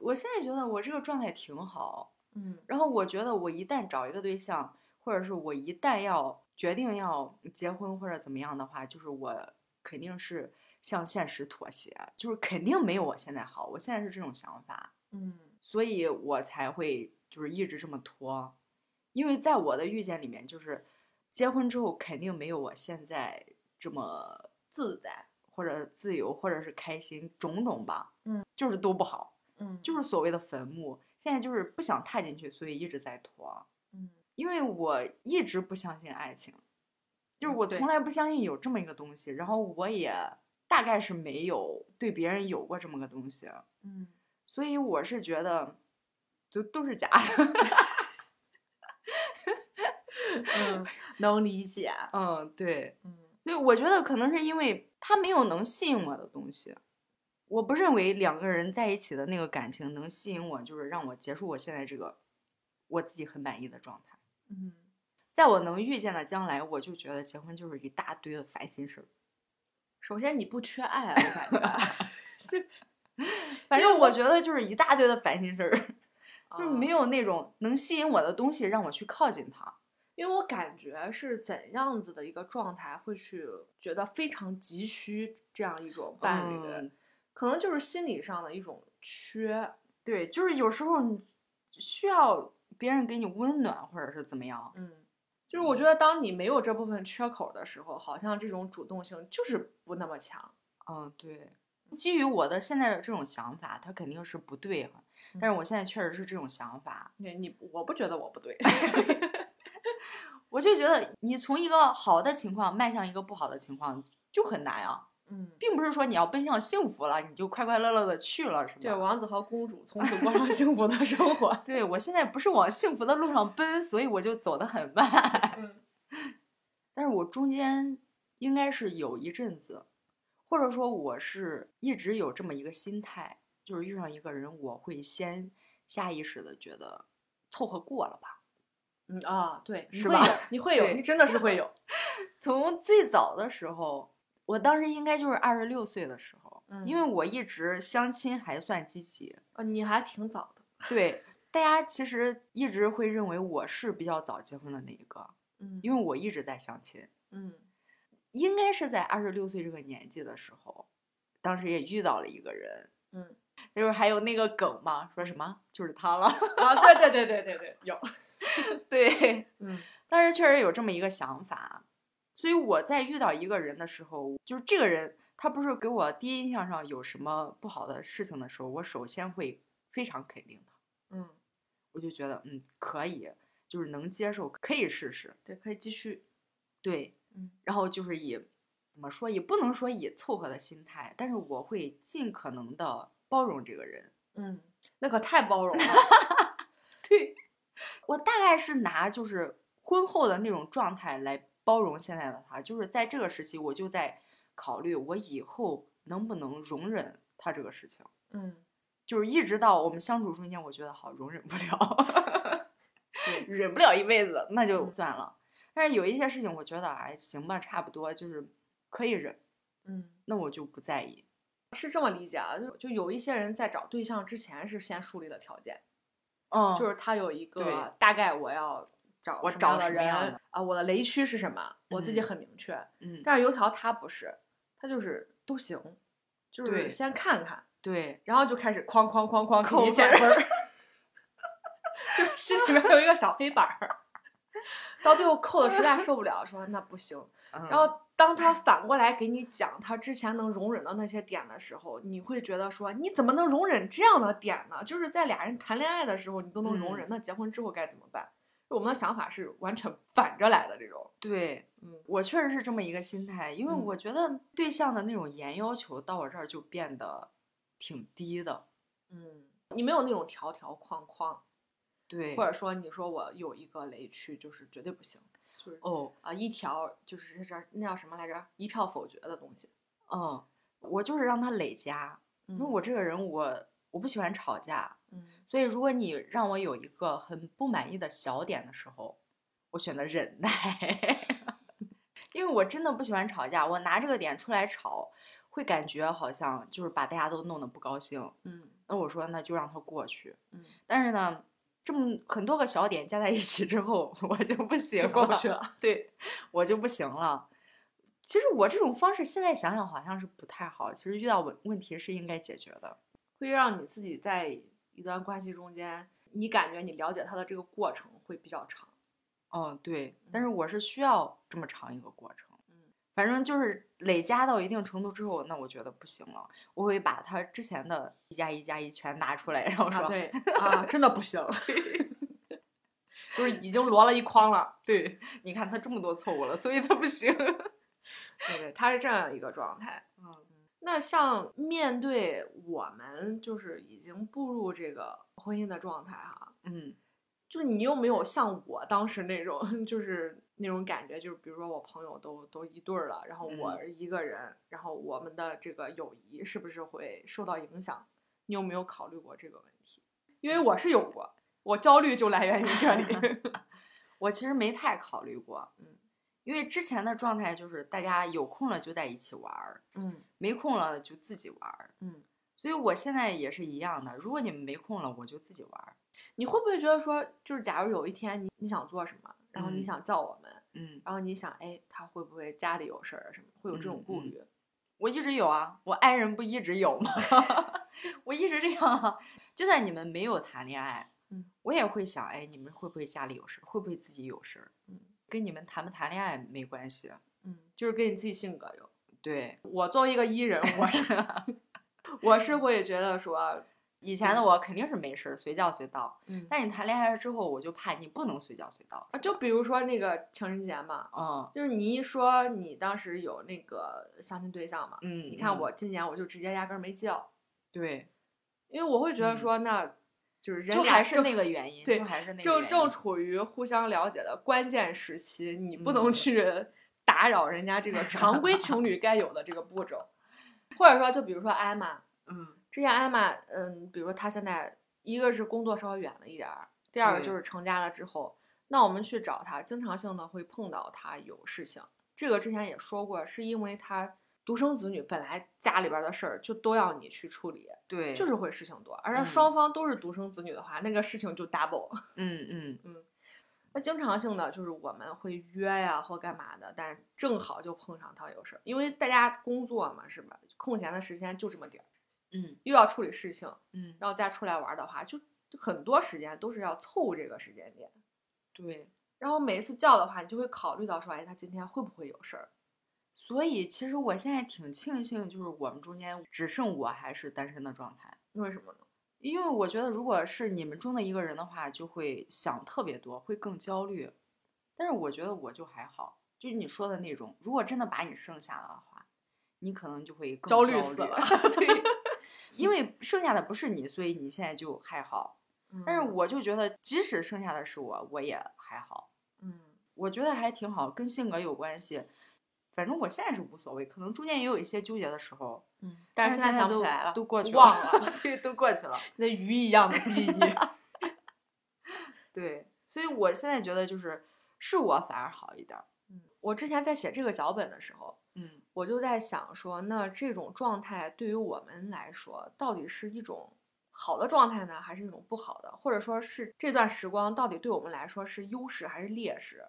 [SPEAKER 2] 我现在觉得我这个状态挺好，
[SPEAKER 1] 嗯
[SPEAKER 2] 然后我觉得我一旦找一个对象，或者是我一旦要决定要结婚或者怎么样的话，就是我肯定是向现实妥协，就是肯定没有我现在好。我现在是这种想法。
[SPEAKER 1] 嗯
[SPEAKER 2] 所以我才会就是一直这么拖，因为在我的预见里面，就是结婚之后肯定没有我现在这么自在，或者自由，或者是开心，种种吧，
[SPEAKER 1] 嗯，
[SPEAKER 2] 就是都不好，
[SPEAKER 1] 嗯，
[SPEAKER 2] 就是所谓的坟墓。现在就是不想踏进去，所以一直在拖。
[SPEAKER 1] 嗯，
[SPEAKER 2] 因为我一直不相信爱情，就是
[SPEAKER 1] 嗯
[SPEAKER 2] 我
[SPEAKER 1] 对
[SPEAKER 2] 从来不相信有这么一个东西，然后我也大概是没有对别人有过这么个东西，
[SPEAKER 1] 嗯，
[SPEAKER 2] 所以我是觉得就都是假的。
[SPEAKER 1] 嗯， 能理解。
[SPEAKER 2] 嗯，对，
[SPEAKER 1] 嗯
[SPEAKER 2] 所以我觉得可能是因为他没有能吸引我的东西。我不认为两个人在一起的那个感情能吸引我，就是让我结束我现在这个我自己很满意的状态。
[SPEAKER 1] 嗯，
[SPEAKER 2] 在我能预见的将来，我就觉得结婚就是一大堆的烦 心事儿。
[SPEAKER 1] 首先你不缺爱，我感 觉啊
[SPEAKER 2] 反正我觉得就是一大堆的烦心事儿，就是没
[SPEAKER 1] 有。
[SPEAKER 2] 有那种能吸引我的东西让我去靠近他。
[SPEAKER 1] 因为我感觉是怎样子的一个状态会去觉得非常急需这样一种伴侣，
[SPEAKER 2] 嗯
[SPEAKER 1] 可能就是心理上的一种缺。
[SPEAKER 2] 对，就是有时候你需要别人给你温暖，或者是怎么样。
[SPEAKER 1] 嗯，就是我觉得当你没有这部分缺口的时候，好像这种主动性就是不那么强。
[SPEAKER 2] 嗯，对。基于我的现在的这种想法，他肯定是不对哈。但是我现在确实是这种想法，
[SPEAKER 1] 你你我不觉得我不对，
[SPEAKER 2] 我就觉得你从一个好的情况迈向一个不好的情况就很难啊，
[SPEAKER 1] 嗯，
[SPEAKER 2] 并不是说你要奔向幸福了，你就快快乐乐的去了，是吗？。
[SPEAKER 1] 对，王子和公主从此过 上幸福的生活
[SPEAKER 2] 对我现在不是往幸福的路上奔，所以我就走得很慢。
[SPEAKER 1] 嗯
[SPEAKER 2] 但是我中间应该是有一阵子，或者说我是一直有这么一个心态，就是遇上一个人，我会先下意识的觉得凑合过了吧。
[SPEAKER 1] 嗯啊，对，你
[SPEAKER 2] 是
[SPEAKER 1] 会
[SPEAKER 2] 吧
[SPEAKER 1] 有？你会有，
[SPEAKER 2] 对
[SPEAKER 1] 你真的是会 有。
[SPEAKER 2] 从最早的时候，我当时应该就是二十六岁的时候，因为我一直相亲还算积极，
[SPEAKER 1] 呃，你还挺早的。
[SPEAKER 2] 对。大家其实一直会认为我是比较早结婚的那一个，
[SPEAKER 1] 嗯
[SPEAKER 2] 因为我一直在相亲。
[SPEAKER 1] 嗯
[SPEAKER 2] 应该是在二十六岁这个年纪的时候，当时也遇到了一个人，
[SPEAKER 1] 嗯
[SPEAKER 2] 那会儿还有那个梗嘛，说什么就是他了，
[SPEAKER 1] 啊，对对对对对对，有。
[SPEAKER 2] 对，
[SPEAKER 1] 嗯
[SPEAKER 2] 当时确实有这么一个想法，所以我在遇到一个人的时候，就是这个人他不是给我第一印象上有什么不好的事情的时候，我首先会非常肯定他，
[SPEAKER 1] 嗯，
[SPEAKER 2] 我就觉得嗯可以，就是能接受，可以试试，
[SPEAKER 1] 对，可以继续。
[SPEAKER 2] 对，
[SPEAKER 1] 嗯
[SPEAKER 2] 然后就是以怎么说，也不能说以凑合的心态，但是我会尽可能的包容这个人。
[SPEAKER 1] 嗯，那可太包容了。
[SPEAKER 2] 对，我大概是拿就是婚后的那种状态来包容现在的他，就是在这个时期，我就在考虑我以后能不能容忍他这个事情，
[SPEAKER 1] 嗯，
[SPEAKER 2] 就是一直到我们相处中间，我觉得好容忍不了
[SPEAKER 1] 对，
[SPEAKER 2] 忍不了一辈子，那就
[SPEAKER 1] 嗯
[SPEAKER 2] 算了。但是有一些事情，我觉得哎行吧，差不多就是可以忍，
[SPEAKER 1] 嗯，
[SPEAKER 2] 那我就不在意。
[SPEAKER 1] 是这么理解啊，就就有一些人在找对象之前是先树立了条件，
[SPEAKER 2] 嗯，
[SPEAKER 1] 就是他有一
[SPEAKER 2] 对
[SPEAKER 1] 个大概我要找
[SPEAKER 2] 我
[SPEAKER 1] 什么
[SPEAKER 2] 找
[SPEAKER 1] 样
[SPEAKER 2] 什
[SPEAKER 1] 的
[SPEAKER 2] 么样
[SPEAKER 1] 人
[SPEAKER 2] 的
[SPEAKER 1] 啊，我的雷区是什么，我自己
[SPEAKER 2] 嗯
[SPEAKER 1] 很明确。
[SPEAKER 2] 嗯，
[SPEAKER 1] 但是油条他不是，他就是都行，就
[SPEAKER 2] 对
[SPEAKER 1] 是先看看，
[SPEAKER 2] 对，
[SPEAKER 1] 然后就开始哐哐哐哐
[SPEAKER 2] 扣
[SPEAKER 1] 给你
[SPEAKER 2] 分
[SPEAKER 1] 减
[SPEAKER 2] 儿
[SPEAKER 1] 分 儿，就是心里边有一个小黑板儿，到最后扣的实在受不了，说那不行。
[SPEAKER 2] 然
[SPEAKER 1] 然后当他反过来给你讲他之前能容忍的那些点的时候，你会觉得说你怎么能容忍这样的点呢？就是在俩人谈恋爱的时候你都能容忍，
[SPEAKER 2] 嗯
[SPEAKER 1] 那结婚之后该怎么办？我们的想法是完全反着来的这种。
[SPEAKER 2] 对
[SPEAKER 1] 嗯
[SPEAKER 2] 我确实是这么一个心态，因为
[SPEAKER 1] 嗯
[SPEAKER 2] 我觉得对象的那种严要求到我这儿就变得挺低的。
[SPEAKER 1] 嗯，你没有那种条条框框，
[SPEAKER 2] 对，
[SPEAKER 1] 或者说你说我有一个雷区就是绝对不行，就是
[SPEAKER 2] 哦，
[SPEAKER 1] 啊，一条就是这叫那叫什么来着？一票否决的东西。
[SPEAKER 2] 嗯，我就是让他累加，
[SPEAKER 1] 因
[SPEAKER 2] 因为我这个人我我不喜欢吵架，
[SPEAKER 1] 嗯
[SPEAKER 2] 所以如果你让我有一个很不满意的小点的时候，我选择忍耐， 因为我真的不喜欢吵架，我拿这个点出来吵，会感觉好像就是把大家都弄得不高兴。
[SPEAKER 1] 嗯
[SPEAKER 2] 那我说那就让他过去，
[SPEAKER 1] 嗯，
[SPEAKER 2] 但是呢，这么很多个小点加在一起之后， 我就不行
[SPEAKER 1] 就
[SPEAKER 2] 了，
[SPEAKER 1] 过不去了。
[SPEAKER 2] 对我就不行了。其实我这种方式现在想想好像是不太好，其实遇到问问题是应该解决的。
[SPEAKER 1] 会让你自己在一段关系中间，你感觉你了解他的这个过程会比较长。
[SPEAKER 2] 嗯，对，但是我是需要这么长一个过程。
[SPEAKER 1] 嗯
[SPEAKER 2] 反正就是累加到一定程度之后，那我觉得不行了，我会把他之前的
[SPEAKER 1] 啊
[SPEAKER 2] 一加一加一全拿出来，然后说，
[SPEAKER 1] 啊，对啊，真的不行。就是已经摞了一筐了。
[SPEAKER 2] 对， 你看他这么多错误了，所以他不行。
[SPEAKER 1] 对对，他是这样一个状态。
[SPEAKER 2] 嗯，
[SPEAKER 1] 那像面对我们就是已经步入这个婚姻的状态哈，
[SPEAKER 2] 嗯
[SPEAKER 1] 就你有没有像我当时那种， 就是那种感觉，就是比如说我朋友都都一对儿了，然后我一个人，然后我们的这个友谊是不是会受到影响？你有没有考虑过这个问题？因为我是有过，我焦虑就来源于这里。
[SPEAKER 2] 我其实没太考虑过，
[SPEAKER 1] 嗯，
[SPEAKER 2] 因为之前的状态就是大家有空了就在一起玩儿，
[SPEAKER 1] 嗯
[SPEAKER 2] 没空了就自己玩儿。
[SPEAKER 1] 嗯，
[SPEAKER 2] 所以我现在也是一样的，如果你们没空了，我就自己玩儿。
[SPEAKER 1] 你会不会觉得说，就是假如有一天你你想做什么，然后你
[SPEAKER 2] 嗯
[SPEAKER 1] 想叫我们，
[SPEAKER 2] 嗯，
[SPEAKER 1] 然后你想，哎，他会不会家里有事儿啊什么，会有这种
[SPEAKER 2] 嗯
[SPEAKER 1] 顾
[SPEAKER 2] 嗯
[SPEAKER 1] 虑？
[SPEAKER 2] 我一直有啊，我爱人不一直有吗？ 我一直这样啊，就算你们没有谈恋爱，
[SPEAKER 1] 嗯，
[SPEAKER 2] 我也会想，哎，你们会不会家里有事儿？会不会自己有事儿？
[SPEAKER 1] 嗯，
[SPEAKER 2] 跟你们谈不谈恋爱没关系。
[SPEAKER 1] 嗯，就是跟你自己性格有。
[SPEAKER 2] 对，
[SPEAKER 1] 我作为一个 E 人，我是 我是会觉得说，
[SPEAKER 2] 以前的我肯定是没事儿，随叫随到。
[SPEAKER 1] 嗯
[SPEAKER 2] 但你谈恋爱之后，我就怕你不能随叫随到。
[SPEAKER 1] 就比如说那个情人节嘛，
[SPEAKER 2] 嗯
[SPEAKER 1] 就是你一说你当时有那个相亲对象嘛，
[SPEAKER 2] 嗯，
[SPEAKER 1] 你看
[SPEAKER 2] 嗯
[SPEAKER 1] 我今年我就直接压根儿没叫，
[SPEAKER 2] 对，
[SPEAKER 1] 因为我会觉得
[SPEAKER 2] 嗯
[SPEAKER 1] 说那，就是人
[SPEAKER 2] 就
[SPEAKER 1] 俩
[SPEAKER 2] 还是
[SPEAKER 1] 正
[SPEAKER 2] 那个原因，
[SPEAKER 1] 对
[SPEAKER 2] 就还是那个
[SPEAKER 1] 正
[SPEAKER 2] 原
[SPEAKER 1] 正
[SPEAKER 2] 因
[SPEAKER 1] 处于互相了解的关键时期，你不能
[SPEAKER 2] 嗯
[SPEAKER 1] 去打扰人家这个常规情侣该有的这个步骤，或者说，就比如说艾玛，
[SPEAKER 2] 嗯
[SPEAKER 1] 之前艾玛，嗯，比如说她现在一个是工作稍微远了一点儿，第二个
[SPEAKER 2] 对
[SPEAKER 1] 就是成家了之后，那我们去找她，经常性的会碰到她有事情。这个之前也说过，是因为她独生子女，本来家里边的事儿就都要你去处理，
[SPEAKER 2] 对，
[SPEAKER 1] 就是会事情多，而且
[SPEAKER 2] 嗯
[SPEAKER 1] 双方都是独生子女的话，那个事情就 double。
[SPEAKER 2] 嗯嗯
[SPEAKER 1] 那经常性的就是我们会约呀、或干嘛的，但是正好就碰上他有事儿，因为大家工作嘛，是吧？空闲的时间就这么点儿，
[SPEAKER 2] 嗯
[SPEAKER 1] 又要处理事情，
[SPEAKER 2] 嗯，
[SPEAKER 1] 然后再出来玩儿的话，就就很多时间都是要凑这个时间点。
[SPEAKER 2] 对。
[SPEAKER 1] 然后每一次叫的话，你就会考虑到说，哎，他今天会不会有事儿？
[SPEAKER 2] 所以其实我现在挺庆幸，就是我们中间只剩我还是单身的状态，
[SPEAKER 1] 因为什么呢？
[SPEAKER 2] 因为我觉得如果是你们中的一个人的话，就会想特别多，会更焦虑。但是我觉得我就还好，就是你说的那种，如果真的把你剩下了的话，你可能就会更
[SPEAKER 1] 焦
[SPEAKER 2] 虑
[SPEAKER 1] 虑死了
[SPEAKER 2] 对，因为剩下的不是你，所以你现在就还好。但是
[SPEAKER 1] 嗯
[SPEAKER 2] 我就觉得，即使剩下的是我，我也还好，
[SPEAKER 1] 嗯，
[SPEAKER 2] 我觉得还挺好，跟性格有关系。反正我现在是无所谓，可能中间也有一些纠结的时候，
[SPEAKER 1] 嗯，但是现在想不起来了，
[SPEAKER 2] 都过去
[SPEAKER 1] 忘了
[SPEAKER 2] 对，都过去了。
[SPEAKER 1] 那鱼一样的记 忆。
[SPEAKER 2] 对，所以我现在觉得就是是我反而好一点儿。
[SPEAKER 1] 嗯我之前在写这个脚本的时候，
[SPEAKER 2] 嗯
[SPEAKER 1] 我就在想说，那这种状态对于我们来说，到底是一种好的状态呢，还是一种不好的？或者说是这段时光到底对我们来说是优势还是劣势？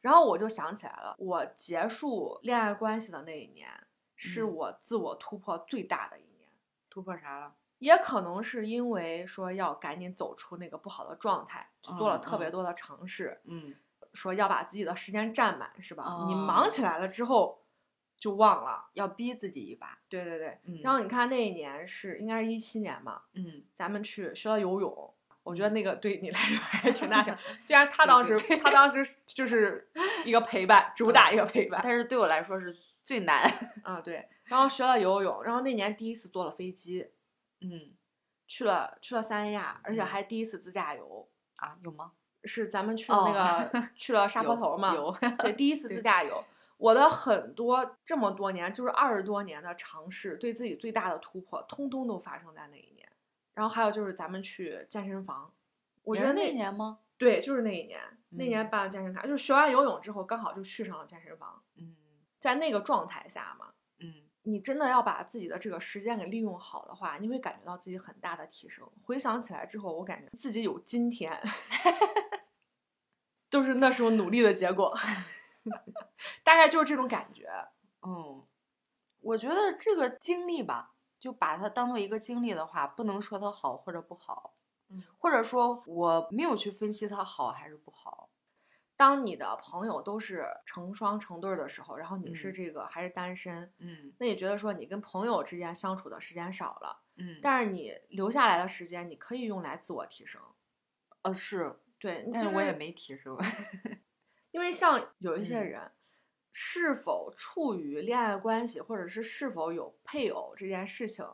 [SPEAKER 1] 然后我就想起来了，我结束恋爱关系的那一年，是
[SPEAKER 2] 嗯
[SPEAKER 1] 我自我突破最大的一年。
[SPEAKER 2] 突破啥了？
[SPEAKER 1] 也可能是因为说要赶紧走出那个不好的状态，就做了
[SPEAKER 2] 嗯
[SPEAKER 1] 特别
[SPEAKER 2] 嗯
[SPEAKER 1] 多的尝试，
[SPEAKER 2] 嗯，
[SPEAKER 1] 说要把自己的时间占满，是吧？你
[SPEAKER 2] 哦
[SPEAKER 1] 忙起来了之后就忘了。
[SPEAKER 2] 要逼自己一把。
[SPEAKER 1] 对对对，
[SPEAKER 2] 嗯
[SPEAKER 1] 然后你看那一年是应该是一七年嘛，
[SPEAKER 2] 嗯，
[SPEAKER 1] 咱们去学了游泳，我觉得
[SPEAKER 2] 嗯
[SPEAKER 1] 那个对你来说还挺 大的。虽然他
[SPEAKER 2] 对
[SPEAKER 1] 当时
[SPEAKER 2] 对
[SPEAKER 1] 他当时 就是一个陪伴，主打一个陪伴。
[SPEAKER 2] 但是对我来说是最难。
[SPEAKER 1] 啊对，然后学了游泳，然后那年第一次坐了飞机，
[SPEAKER 2] 嗯
[SPEAKER 1] 去了去了三亚，而且
[SPEAKER 2] 嗯
[SPEAKER 1] 还第一次自驾游。
[SPEAKER 2] 啊，有吗？
[SPEAKER 1] 是咱们去了那个、去了沙坡头嘛？
[SPEAKER 2] 哦 有
[SPEAKER 1] 对，第一次
[SPEAKER 2] 对
[SPEAKER 1] 自驾游，我的很多这么多年，就是二十多年的尝试，对自己最大的突破，通通都发生在那一年。然后还有就是咱们去健身房，我觉得
[SPEAKER 2] 那
[SPEAKER 1] 那
[SPEAKER 2] 一年吗？
[SPEAKER 1] 对，就是那一年，那年
[SPEAKER 2] 嗯
[SPEAKER 1] 办了健身卡，就是学完游泳之后，刚好就去上了健身房。
[SPEAKER 2] 嗯
[SPEAKER 1] 在那个状态下嘛，
[SPEAKER 2] 嗯
[SPEAKER 1] 你真的要把自己的这个时间给利用好的话，你会感觉到自己很大的提升。回想起来之后，我感觉自己有今天， 都是那时候努力的结果， 大概就是这种感觉。
[SPEAKER 2] 嗯，我觉得这个经历吧，就把它当做一个经历的话，不能说它好或者不好，
[SPEAKER 1] 嗯
[SPEAKER 2] 或者说我没有去分析它好还是不好。
[SPEAKER 1] 当你的朋友都是成双成对儿的时候，然后你是
[SPEAKER 2] 嗯
[SPEAKER 1] 这个还是单身，
[SPEAKER 2] 嗯
[SPEAKER 1] 那你觉得说你跟朋友之间相处的时间少了，
[SPEAKER 2] 嗯但
[SPEAKER 1] 但是你留下来的时间，你可以用来自我提升。
[SPEAKER 2] 呃是
[SPEAKER 1] 对，
[SPEAKER 2] 但
[SPEAKER 1] 就是
[SPEAKER 2] 我也没提升。
[SPEAKER 1] 因为像有一些
[SPEAKER 2] 嗯
[SPEAKER 1] 人，是否处于恋爱关系，或者是是否有配偶这件事情，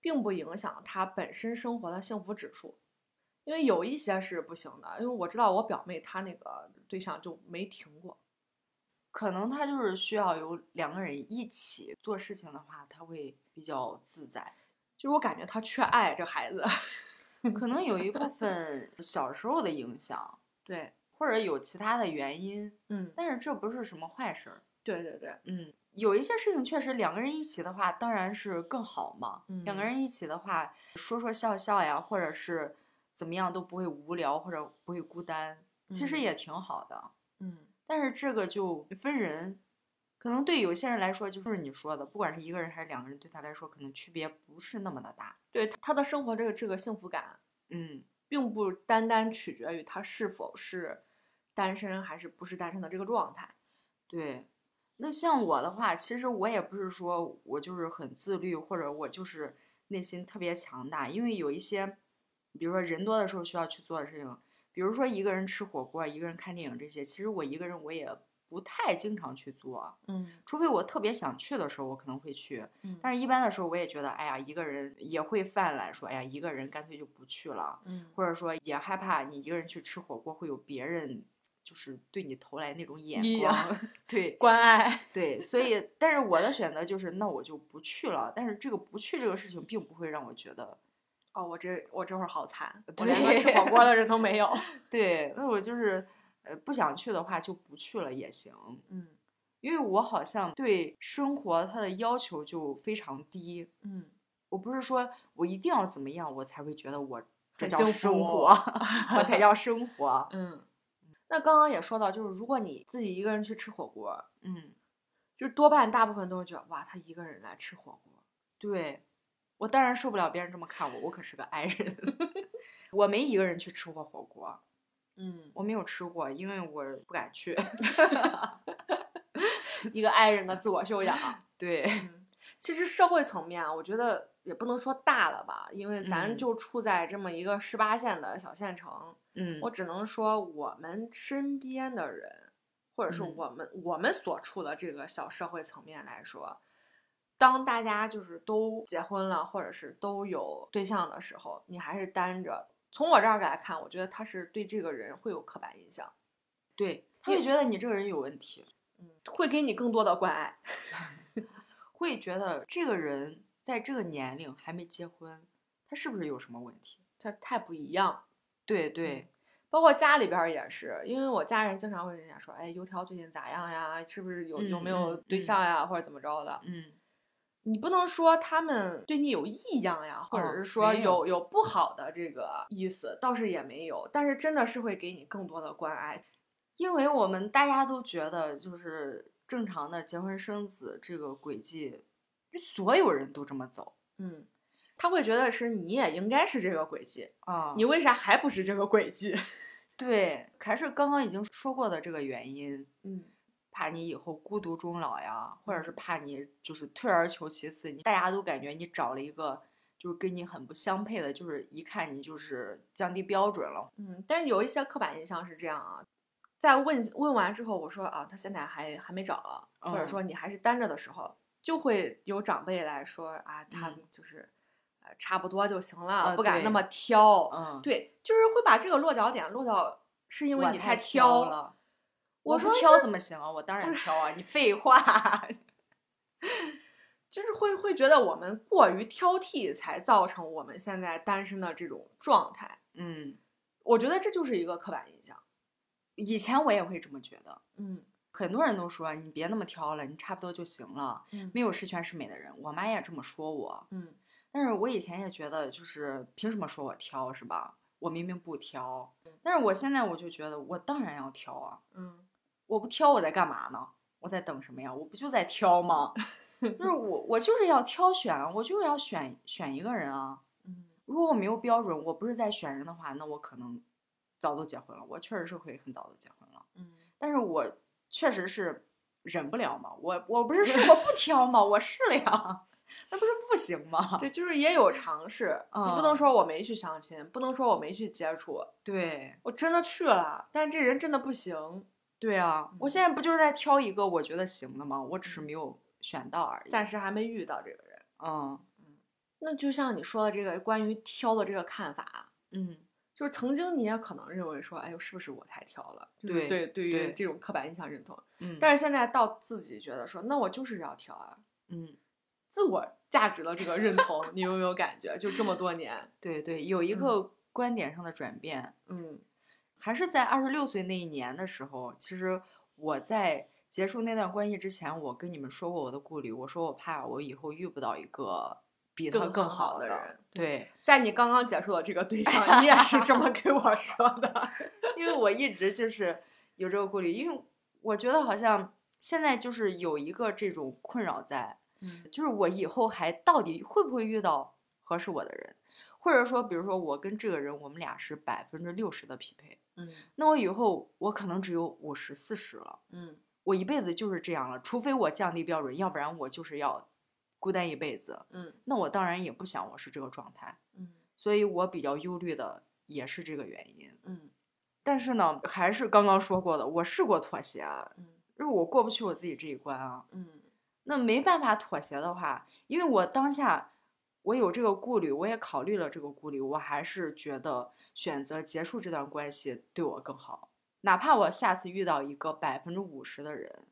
[SPEAKER 1] 并不影响他本身生活的幸福指数。因为有一些是不行的，因为我知道我表妹她那个对象就没停过。
[SPEAKER 2] 可能他就是需要有两个人一起做事情的话，他会比较自在。
[SPEAKER 1] 就是我感觉她缺爱，这孩子。
[SPEAKER 2] 可能有一部分小时候的影响，
[SPEAKER 1] 对，
[SPEAKER 2] 或者有其他的原因，
[SPEAKER 1] 嗯，
[SPEAKER 2] 但是这不是什么坏事儿。
[SPEAKER 1] 对对对，
[SPEAKER 2] 嗯，有一些事情确实两个人一起的话，当然是更好嘛。两个
[SPEAKER 1] 嗯
[SPEAKER 2] 人一起的话，说说笑笑呀，或者是怎么样都不会无聊，或者不会孤单，其实
[SPEAKER 1] 嗯
[SPEAKER 2] 也挺好的。
[SPEAKER 1] 嗯
[SPEAKER 2] 但是这个就分人，可能对有些人来说，就是你说的，不管是一个人还是两个人，对他来说可能区别不是那么的大。
[SPEAKER 1] 对她的生活这个这个幸福感，
[SPEAKER 2] 嗯，
[SPEAKER 1] 并不单单取决于她是否是单身还是不是单身的这个状态。
[SPEAKER 2] 对。那像我的话，其实我也不是说我就是很自律，或者我就是内心特别强大，因为有一些，比如说人多的时候需要去做的事情，比如说一个人吃火锅、一个人看电影这些，其实我一个人我也不太经常去做，
[SPEAKER 1] 嗯
[SPEAKER 2] 除非我特别想去的时候，我可能会去。
[SPEAKER 1] 嗯
[SPEAKER 2] 但是一般的时候，我也觉得，哎呀，一个人也会犯懒，说，哎呀，一个人干脆就不去了，
[SPEAKER 1] 嗯
[SPEAKER 2] 或者说也害怕你一个人去吃火锅会有别人就是对你投来那种眼
[SPEAKER 1] 异样
[SPEAKER 2] 光， 对
[SPEAKER 1] 关爱。
[SPEAKER 2] 对，所以，但是我的选择就是，那我就不去了。但是这个不去这个事情，并不会让我觉得，
[SPEAKER 1] 哦，我这我这会儿好惨，我连个吃火
[SPEAKER 2] 对
[SPEAKER 1] 锅的人都 没有。
[SPEAKER 2] 对，那我就是，呃，不想去的话就不去了也行，
[SPEAKER 1] 嗯
[SPEAKER 2] 因为我好像对生活它的要求就非常低，
[SPEAKER 1] 嗯，
[SPEAKER 2] 我不是说我一定要怎么样，我才会觉得我这
[SPEAKER 1] 很
[SPEAKER 2] 叫
[SPEAKER 1] 幸
[SPEAKER 2] 生
[SPEAKER 1] 福
[SPEAKER 2] 活，我才叫生活。
[SPEAKER 1] 嗯。那刚刚也说到，就是如果你自己一个人去吃火锅，
[SPEAKER 2] 嗯，
[SPEAKER 1] 就是多半大部分都是觉得哇，他一个人来吃火锅。
[SPEAKER 2] 对，我当然受不了别人这么看我，我可是个 i 人。 我没一个人去吃过火锅，
[SPEAKER 1] 嗯，
[SPEAKER 2] 我没有吃过，因为我不敢去。
[SPEAKER 1] 嗯一个爱人的自我修养。
[SPEAKER 2] 对，
[SPEAKER 1] 嗯，其实社会层面啊，我觉得也不能说大了吧，因为咱
[SPEAKER 2] 嗯
[SPEAKER 1] 就处在这么一个十八线的小县城，
[SPEAKER 2] 嗯，
[SPEAKER 1] 我只能说我们身边的人，或者是
[SPEAKER 2] 嗯
[SPEAKER 1] 我们、我们所处的这个小社会层面来说，当大家就是都结婚了，或者是都有对象的时候，你还是单着。从我这儿来看，我觉得他是对这个人会有刻板印象，
[SPEAKER 2] 对，他会觉得你这个人有问题，
[SPEAKER 1] 嗯，会给你更多的关爱。
[SPEAKER 2] 会觉得这个人在这个年龄还没结婚，他是不是有什么问题？
[SPEAKER 1] 他太不一样了
[SPEAKER 2] 对对，
[SPEAKER 1] 包括家里边儿也是，因为我家人经常会跟人家说，哎，油条最近咋样呀？是不是有有没有
[SPEAKER 2] 嗯嗯
[SPEAKER 1] 对
[SPEAKER 2] 嗯
[SPEAKER 1] 象呀，或者怎么着的？
[SPEAKER 2] 嗯，
[SPEAKER 1] 你不能说他们对你有异样呀，或者
[SPEAKER 2] 哦
[SPEAKER 1] 是说
[SPEAKER 2] 没
[SPEAKER 1] 有有不好的这个意思，倒是也没有，但是真的是会给你更多的关爱。
[SPEAKER 2] 因为我们大家都觉得，就是正常的结婚生子这个轨迹，就所有人都这么走
[SPEAKER 1] 嗯，他会觉得是你也应该是这个轨迹，
[SPEAKER 2] 啊
[SPEAKER 1] 你为啥还不是这个轨迹？
[SPEAKER 2] 对，还是刚刚已经说过的这个原因，
[SPEAKER 1] 嗯
[SPEAKER 2] 怕你以后孤独终老呀，或者是
[SPEAKER 1] 嗯
[SPEAKER 2] 怕你就是退而求其次，你大家都感觉你找了一个就是跟你很不相配的，就是一看你就是降低标准了。
[SPEAKER 1] 嗯，但是有一些刻板印象是这样啊。在问问完之后，我说啊，他现在还还没找，或者
[SPEAKER 2] 嗯
[SPEAKER 1] 说你还是单着的时候，就会有长辈来说啊，他
[SPEAKER 2] 嗯
[SPEAKER 1] 就是、呃差不多就行了，
[SPEAKER 2] 啊
[SPEAKER 1] 不敢那
[SPEAKER 2] 对
[SPEAKER 1] 么挑。
[SPEAKER 2] 嗯，，
[SPEAKER 1] 对，就是会把这个落脚点落到是因为
[SPEAKER 2] 我
[SPEAKER 1] 你
[SPEAKER 2] 太
[SPEAKER 1] 挑。
[SPEAKER 2] 了。
[SPEAKER 1] 我
[SPEAKER 2] 我不
[SPEAKER 1] 说
[SPEAKER 2] 挑怎么行啊？我当然挑啊！ 你废话。 嗯
[SPEAKER 1] 就是会会觉得我们过于挑剔，才造成我们现在单身的这种状态。
[SPEAKER 2] 嗯，
[SPEAKER 1] 我觉得这就是一个刻板印象。
[SPEAKER 2] 以前我也会这么觉得，
[SPEAKER 1] 嗯
[SPEAKER 2] 很多人都说啊你别那么挑了，你差不多就行了。
[SPEAKER 1] 嗯
[SPEAKER 2] 没有十全十美的人，我妈也这么说我。
[SPEAKER 1] 嗯
[SPEAKER 2] 但是我以前也觉得，就是凭什么说我挑是吧？我明明不挑。但是我现在我就觉得，我当然要挑啊！
[SPEAKER 1] 嗯
[SPEAKER 2] 我不挑我在干嘛呢？我在等什么呀？我不就在挑吗？就是我，我就是要挑选，啊我就是要选选一个人啊！
[SPEAKER 1] 嗯
[SPEAKER 2] 如果我没有标准，我不是在选人的话，那我可能早都结婚了。我确实是会很早都结婚了。
[SPEAKER 1] 嗯，
[SPEAKER 2] 但是我确实是忍不了嘛，我我不是说我不挑嘛，我是了呀， 那不是不行吗？
[SPEAKER 1] 对，就是也有尝试，你不能
[SPEAKER 2] 嗯
[SPEAKER 1] 说我没去相亲，不能说我没去接触，
[SPEAKER 2] 对
[SPEAKER 1] 我真的去了，但这人真的不行，
[SPEAKER 2] 对啊，我
[SPEAKER 1] 嗯
[SPEAKER 2] 现在不就是在挑一个我觉得行的吗？我只是没有选到而已。
[SPEAKER 1] 暂时还没遇到这个人。
[SPEAKER 2] 嗯
[SPEAKER 1] 那就像你说的这个关于挑的这个看法，啊
[SPEAKER 2] 嗯，
[SPEAKER 1] 就是曾经你也可能认为说，哎呦，是不是我太挑了？就是
[SPEAKER 2] 对
[SPEAKER 1] 对，对于
[SPEAKER 2] 对
[SPEAKER 1] 这种刻板印象认同。
[SPEAKER 2] 嗯
[SPEAKER 1] 但是现在到自己觉得说，那我就是要挑啊，
[SPEAKER 2] 嗯，
[SPEAKER 1] 自我价值的这个认同，你有没有感觉？就这么多年，
[SPEAKER 2] 对对，有一
[SPEAKER 1] 嗯
[SPEAKER 2] 个观点上的转变。
[SPEAKER 1] 嗯
[SPEAKER 2] 还是在二十六岁那一年的时候，其实我在结束那段关系之前，我跟你们说过我的顾虑，我说我怕我以后遇不到一个比他
[SPEAKER 1] 更
[SPEAKER 2] 更
[SPEAKER 1] 好的
[SPEAKER 2] 的
[SPEAKER 1] 人
[SPEAKER 2] 对，
[SPEAKER 1] 在你刚刚结束的这个对象，你也是 这么给我说的。
[SPEAKER 2] 因为我一直就是有这个顾虑，因为我觉得好像现在就是有一个这种困扰在，
[SPEAKER 1] 嗯
[SPEAKER 2] 就是我以后还到底会不会遇到合适我的人，或者说，比如说我跟这个人，我们俩是百分之六十的匹配，
[SPEAKER 1] 嗯
[SPEAKER 2] 那我以后我可能只有五十、四十了。
[SPEAKER 1] 嗯
[SPEAKER 2] 我一辈子就是这样了，除非我降低标准，要不然我就是要孤单一辈子。
[SPEAKER 1] 嗯
[SPEAKER 2] 那我当然也不想我是这个状态，
[SPEAKER 1] 嗯
[SPEAKER 2] 所以我比较忧虑的也是这个原因。
[SPEAKER 1] 嗯
[SPEAKER 2] 但是呢，还是刚刚说过的，我试过妥协啊，
[SPEAKER 1] 嗯
[SPEAKER 2] 就是我过不去我自己这一关啊。
[SPEAKER 1] 嗯
[SPEAKER 2] 那没办法妥协的话，因为我当下我有这个顾虑，我也考虑了这个顾虑，我还是觉得选择结束这段关系对我更好。哪怕我下次遇到一个百分之五十的人，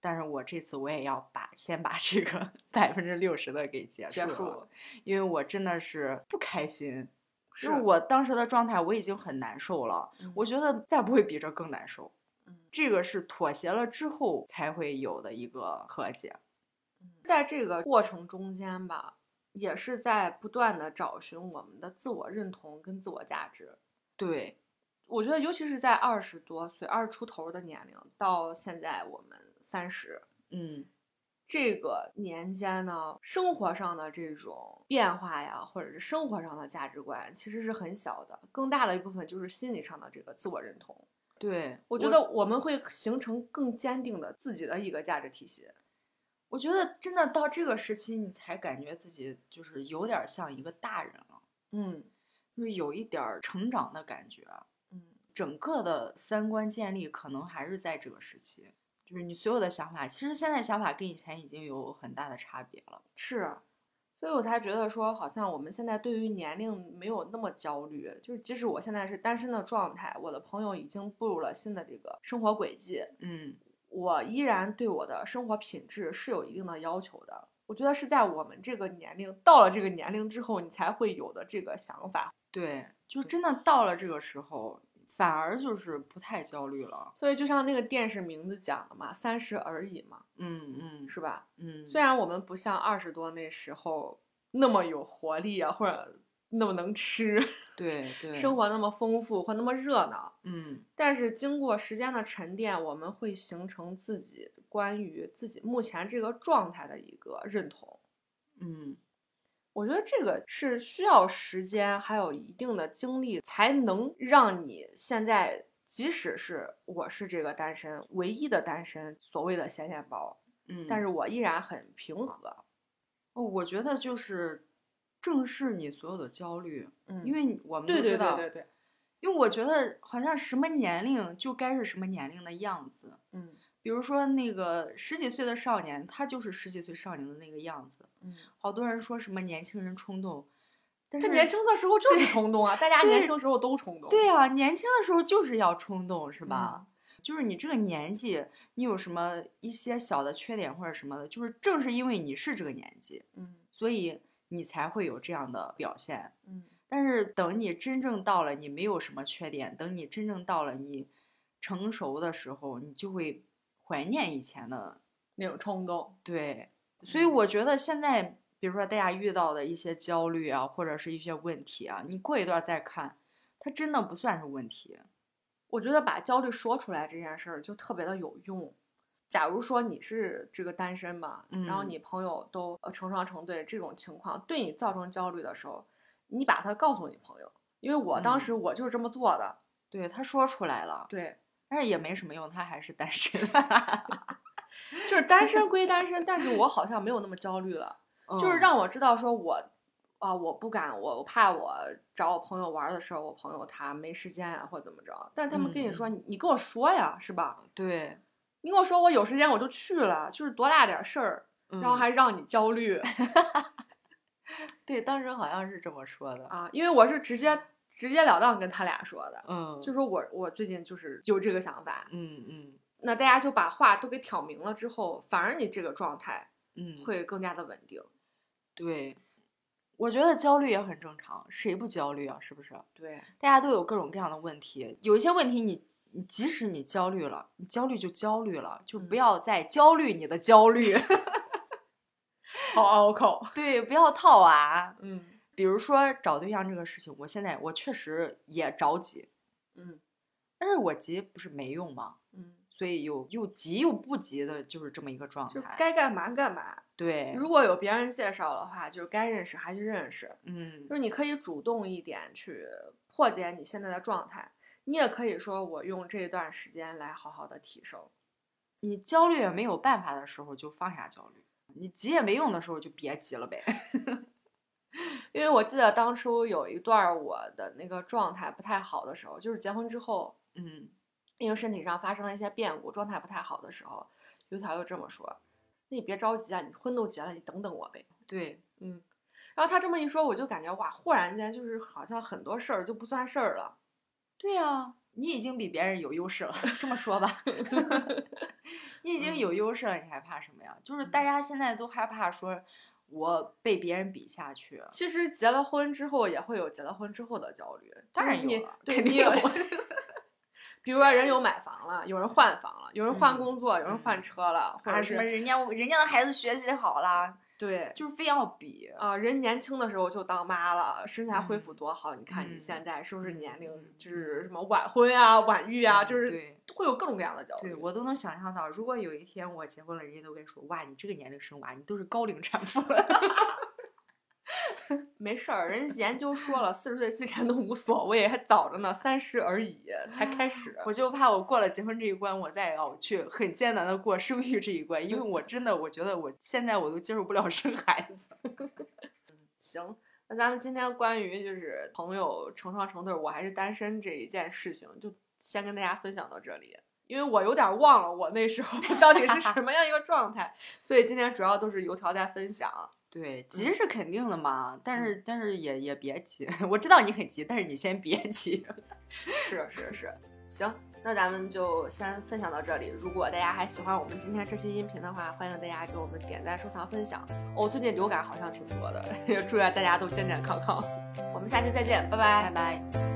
[SPEAKER 2] 但是我这次我也要把先把 这个百分之六十的给结束
[SPEAKER 1] 结
[SPEAKER 2] 了，
[SPEAKER 1] 束。
[SPEAKER 2] 因为我真的是不开心，
[SPEAKER 1] 是啊
[SPEAKER 2] 就是我当时的状态我已经很难受了，我觉得再不会比这更难受。
[SPEAKER 1] 嗯
[SPEAKER 2] 这个是妥协了之后才会有的一个和解，
[SPEAKER 1] 在这个过程中间吧，也是在不断的找寻我们的自我认同跟自我价值。
[SPEAKER 2] 对。
[SPEAKER 1] 我觉得，尤其是在二十多岁、二十出头的年龄，到现在我们三十
[SPEAKER 2] 嗯
[SPEAKER 1] 这个年间呢，生活上的这种变化呀，或者是生活上的价值观，其实是很小的。更大的一部分就是心理上的这个自我认同。，
[SPEAKER 2] 对，
[SPEAKER 1] 我觉得我们会形成更坚定的自己的一个价值体系。
[SPEAKER 2] 我觉得真的到这个时期，你才感觉自己就是有点儿像一个大人了，
[SPEAKER 1] 嗯
[SPEAKER 2] 就是有一点儿成长的感觉。
[SPEAKER 1] 嗯
[SPEAKER 2] 整个的三观建立可能还是在这个时期，就是你所有的想法，其实现在想法跟以前已经有很大的差别了。
[SPEAKER 1] 是，所以我才觉得说，好像我们现在对于年龄没有那么焦虑。就是即使我现在是单身的状态，我的朋友已经步入了新的这个生活轨迹，
[SPEAKER 2] 嗯
[SPEAKER 1] 我依然对我的生活品质是有一定的要求的。我觉得是在我们这个年龄到了这个年龄之后，你才会有的这个想法。
[SPEAKER 2] 对，就真的到了这个时候，反而就是不太焦虑了。
[SPEAKER 1] 所以就像那个电视名字讲的嘛，三十而已嘛，
[SPEAKER 2] 嗯嗯
[SPEAKER 1] 是吧？
[SPEAKER 2] 嗯，
[SPEAKER 1] 虽然我们不像二十多那时候那么有活力啊，或者那么能吃，
[SPEAKER 2] 对对
[SPEAKER 1] 生活那么丰富或那么热闹，
[SPEAKER 2] 嗯
[SPEAKER 1] 但是经过时间的沉淀，我们会形成自己关于自己目前这个状态的一个认同。
[SPEAKER 2] 嗯
[SPEAKER 1] 我觉得这个是需要时间，还有一定的精力，才能让你现在，即使是我是这个单身唯一的单身，所谓的显眼包，
[SPEAKER 2] 嗯，
[SPEAKER 1] 但是我依然很平和。
[SPEAKER 2] 哦，我觉得就是正视你所有的焦虑，
[SPEAKER 1] 嗯
[SPEAKER 2] 因为你我们
[SPEAKER 1] 对
[SPEAKER 2] 都
[SPEAKER 1] 对
[SPEAKER 2] 知
[SPEAKER 1] 对
[SPEAKER 2] 道，
[SPEAKER 1] 对对，
[SPEAKER 2] 因为我觉得好像什么年龄就该是什么年龄的样子。
[SPEAKER 1] 嗯
[SPEAKER 2] 比如说那个十几岁的少年，他就是十几岁少年的那个样子。
[SPEAKER 1] 嗯，
[SPEAKER 2] 好多人说什么年轻人冲动，但
[SPEAKER 1] 他
[SPEAKER 2] 是
[SPEAKER 1] 年轻的时候就是冲动啊，大家年
[SPEAKER 2] 对
[SPEAKER 1] 轻时候都冲动。
[SPEAKER 2] 对啊，年轻的时候就是要冲动，是
[SPEAKER 1] 嗯
[SPEAKER 2] 吧？就是你这个年纪，你有什么一些小的缺点或者什么的，就是正是因为你是这个年纪，
[SPEAKER 1] 嗯
[SPEAKER 2] 所以你才会有这样的表现。
[SPEAKER 1] 嗯
[SPEAKER 2] 但是等你真正到了你没有什么缺点，等你真正到了你成熟的时候，你就会怀念以前的。
[SPEAKER 1] 那种冲动。
[SPEAKER 2] 对，所以
[SPEAKER 1] 嗯
[SPEAKER 2] 我觉得现在，比如说大家遇到的一些焦虑啊，或者是一些问题啊，你过一段再看，它真的不算是问题。
[SPEAKER 1] 我觉得把焦虑说出来这件事儿就特别的有用。假如说你是这个单身嘛，然后
[SPEAKER 2] 嗯
[SPEAKER 1] 你朋友都呃成双成对这种情况对你造成焦虑的时候，你把它告诉你朋友，因为我当
[SPEAKER 2] 嗯
[SPEAKER 1] 时我就是这么做的。
[SPEAKER 2] 对，他说出来了，
[SPEAKER 1] 对，
[SPEAKER 2] 但是也没什么用，他还是单身。
[SPEAKER 1] 就是单身归单身，但是我好像没有那么焦虑了。就是
[SPEAKER 2] 嗯
[SPEAKER 1] 让我知道说我啊、我不敢，我我怕我找我朋友玩儿的时候，我朋友他没时间呀、或者怎么着。但是他们跟你
[SPEAKER 2] 嗯
[SPEAKER 1] 说，你你跟我说呀，是吧？
[SPEAKER 2] 对，
[SPEAKER 1] 你跟我说我有时间我就去了，就是多大点儿事儿，然后
[SPEAKER 2] 嗯
[SPEAKER 1] 还让你焦虑
[SPEAKER 2] 对，当时好像是这么说的，
[SPEAKER 1] 啊，因为我是直接直截了当跟他俩说的，
[SPEAKER 2] 嗯，
[SPEAKER 1] 就是说我我最近就是有这个想法，
[SPEAKER 2] 嗯嗯
[SPEAKER 1] 那大家就把话都给挑明了之后，反而你这个状态
[SPEAKER 2] 嗯，
[SPEAKER 1] 会更加的稳定。
[SPEAKER 2] 对，我觉得焦虑也很正常，谁不焦虑啊？是不是？
[SPEAKER 1] 对，
[SPEAKER 2] 大家都有各种各样的问题，有一些问题你你即使你焦虑了，你焦虑就焦虑了，就不
[SPEAKER 1] 嗯
[SPEAKER 2] 要再焦虑你的焦 虑，
[SPEAKER 1] 好拗口。
[SPEAKER 2] 对，不要套娃。
[SPEAKER 1] 嗯
[SPEAKER 2] 比如说找对象这个事情，我现在我确实也着急，
[SPEAKER 1] 嗯
[SPEAKER 2] 但是我急不是没用吗？
[SPEAKER 1] 嗯，
[SPEAKER 2] 所以又又急又不急的，就是这么一个状
[SPEAKER 1] 就
[SPEAKER 2] 态。
[SPEAKER 1] 该干嘛干嘛。
[SPEAKER 2] 对，
[SPEAKER 1] 如果有别人介绍的话，就是该认识还是认识，
[SPEAKER 2] 嗯
[SPEAKER 1] 就是你可以主动一点去破解你现在的状态。你也可以说，我用这段时间来好好的提升。
[SPEAKER 2] 你焦虑也没有办法的时候，就放下焦虑；你急也没用的时候，就别急了呗。
[SPEAKER 1] 因为我记得当初有一段儿我的那个状态不太好的时候，就是结婚之后，
[SPEAKER 2] 嗯
[SPEAKER 1] 因为身体上发生了一些变故，状态不太好的时候，油条就这么说：“那你别着急啊，你婚都结了，你等等我呗。
[SPEAKER 2] 对，”
[SPEAKER 1] 嗯，然后他这么一说，我就感觉哇，忽然间就是好像很多事儿就不算事儿了。
[SPEAKER 2] 对啊，你已经比别人有优势了，这么说吧， 你已经
[SPEAKER 1] 嗯
[SPEAKER 2] 有优势了，你还怕什么呀？就是大
[SPEAKER 1] 嗯
[SPEAKER 2] 家现在都害怕说，我被别人比下去，
[SPEAKER 1] 其实结了婚之后也会有结了婚之后的焦虑，
[SPEAKER 2] 当
[SPEAKER 1] 就是
[SPEAKER 2] 然有
[SPEAKER 1] 你
[SPEAKER 2] 了
[SPEAKER 1] 对
[SPEAKER 2] 肯
[SPEAKER 1] 你
[SPEAKER 2] 定
[SPEAKER 1] 有
[SPEAKER 2] 有
[SPEAKER 1] 比如说人有买房了，有人换房了，有人换
[SPEAKER 2] 嗯
[SPEAKER 1] 工作，有人换
[SPEAKER 2] 嗯
[SPEAKER 1] 车了，或
[SPEAKER 2] 啊
[SPEAKER 1] 者
[SPEAKER 2] 什么
[SPEAKER 1] 是
[SPEAKER 2] 人家人家的孩子学习好啦，
[SPEAKER 1] 对
[SPEAKER 2] 就是非要比。
[SPEAKER 1] 啊、人年轻的时候就当妈了，身材恢复
[SPEAKER 2] 嗯
[SPEAKER 1] 多好，你看你
[SPEAKER 2] 嗯
[SPEAKER 1] 现在是不是年龄
[SPEAKER 2] 嗯
[SPEAKER 1] 就是什么晚婚啊、晚育啊，
[SPEAKER 2] 嗯
[SPEAKER 1] 就是
[SPEAKER 2] 对
[SPEAKER 1] 会有各种各样的焦虑。
[SPEAKER 2] 对，我都能想象到，如果有一天我结婚了，人家都跟说，哇，你这个年龄生娃，你都是高龄产妇了。
[SPEAKER 1] 没事儿，人家研究 说了，四十岁之前都无所谓，还早着呢，三十而已才开始。
[SPEAKER 2] 我就怕我过了结婚这一关，我再要去很艰难的过生育这一关，因为我真的我觉得我现在我都接受不了生孩子。
[SPEAKER 1] 行，那咱们今天关于就是朋友成双成对儿，我还是单身这一件事情，就先跟大家分享到这里。因为我有点忘了我那时 候到底是什么样一个状态，所以今天主要都是油条在分享。
[SPEAKER 2] 对，急是肯定的嘛，但是但是也也别急， 我知道你很急，但是你先别急。
[SPEAKER 1] 是是是，行，那咱们就先分享到这里。如果大家还喜欢我们今天这期音频的话，欢迎大家给我们点赞、收藏、分享。哦，最 近流感好像挺多的，也祝愿大家都健健康康。我们下期再见，拜拜
[SPEAKER 2] 拜。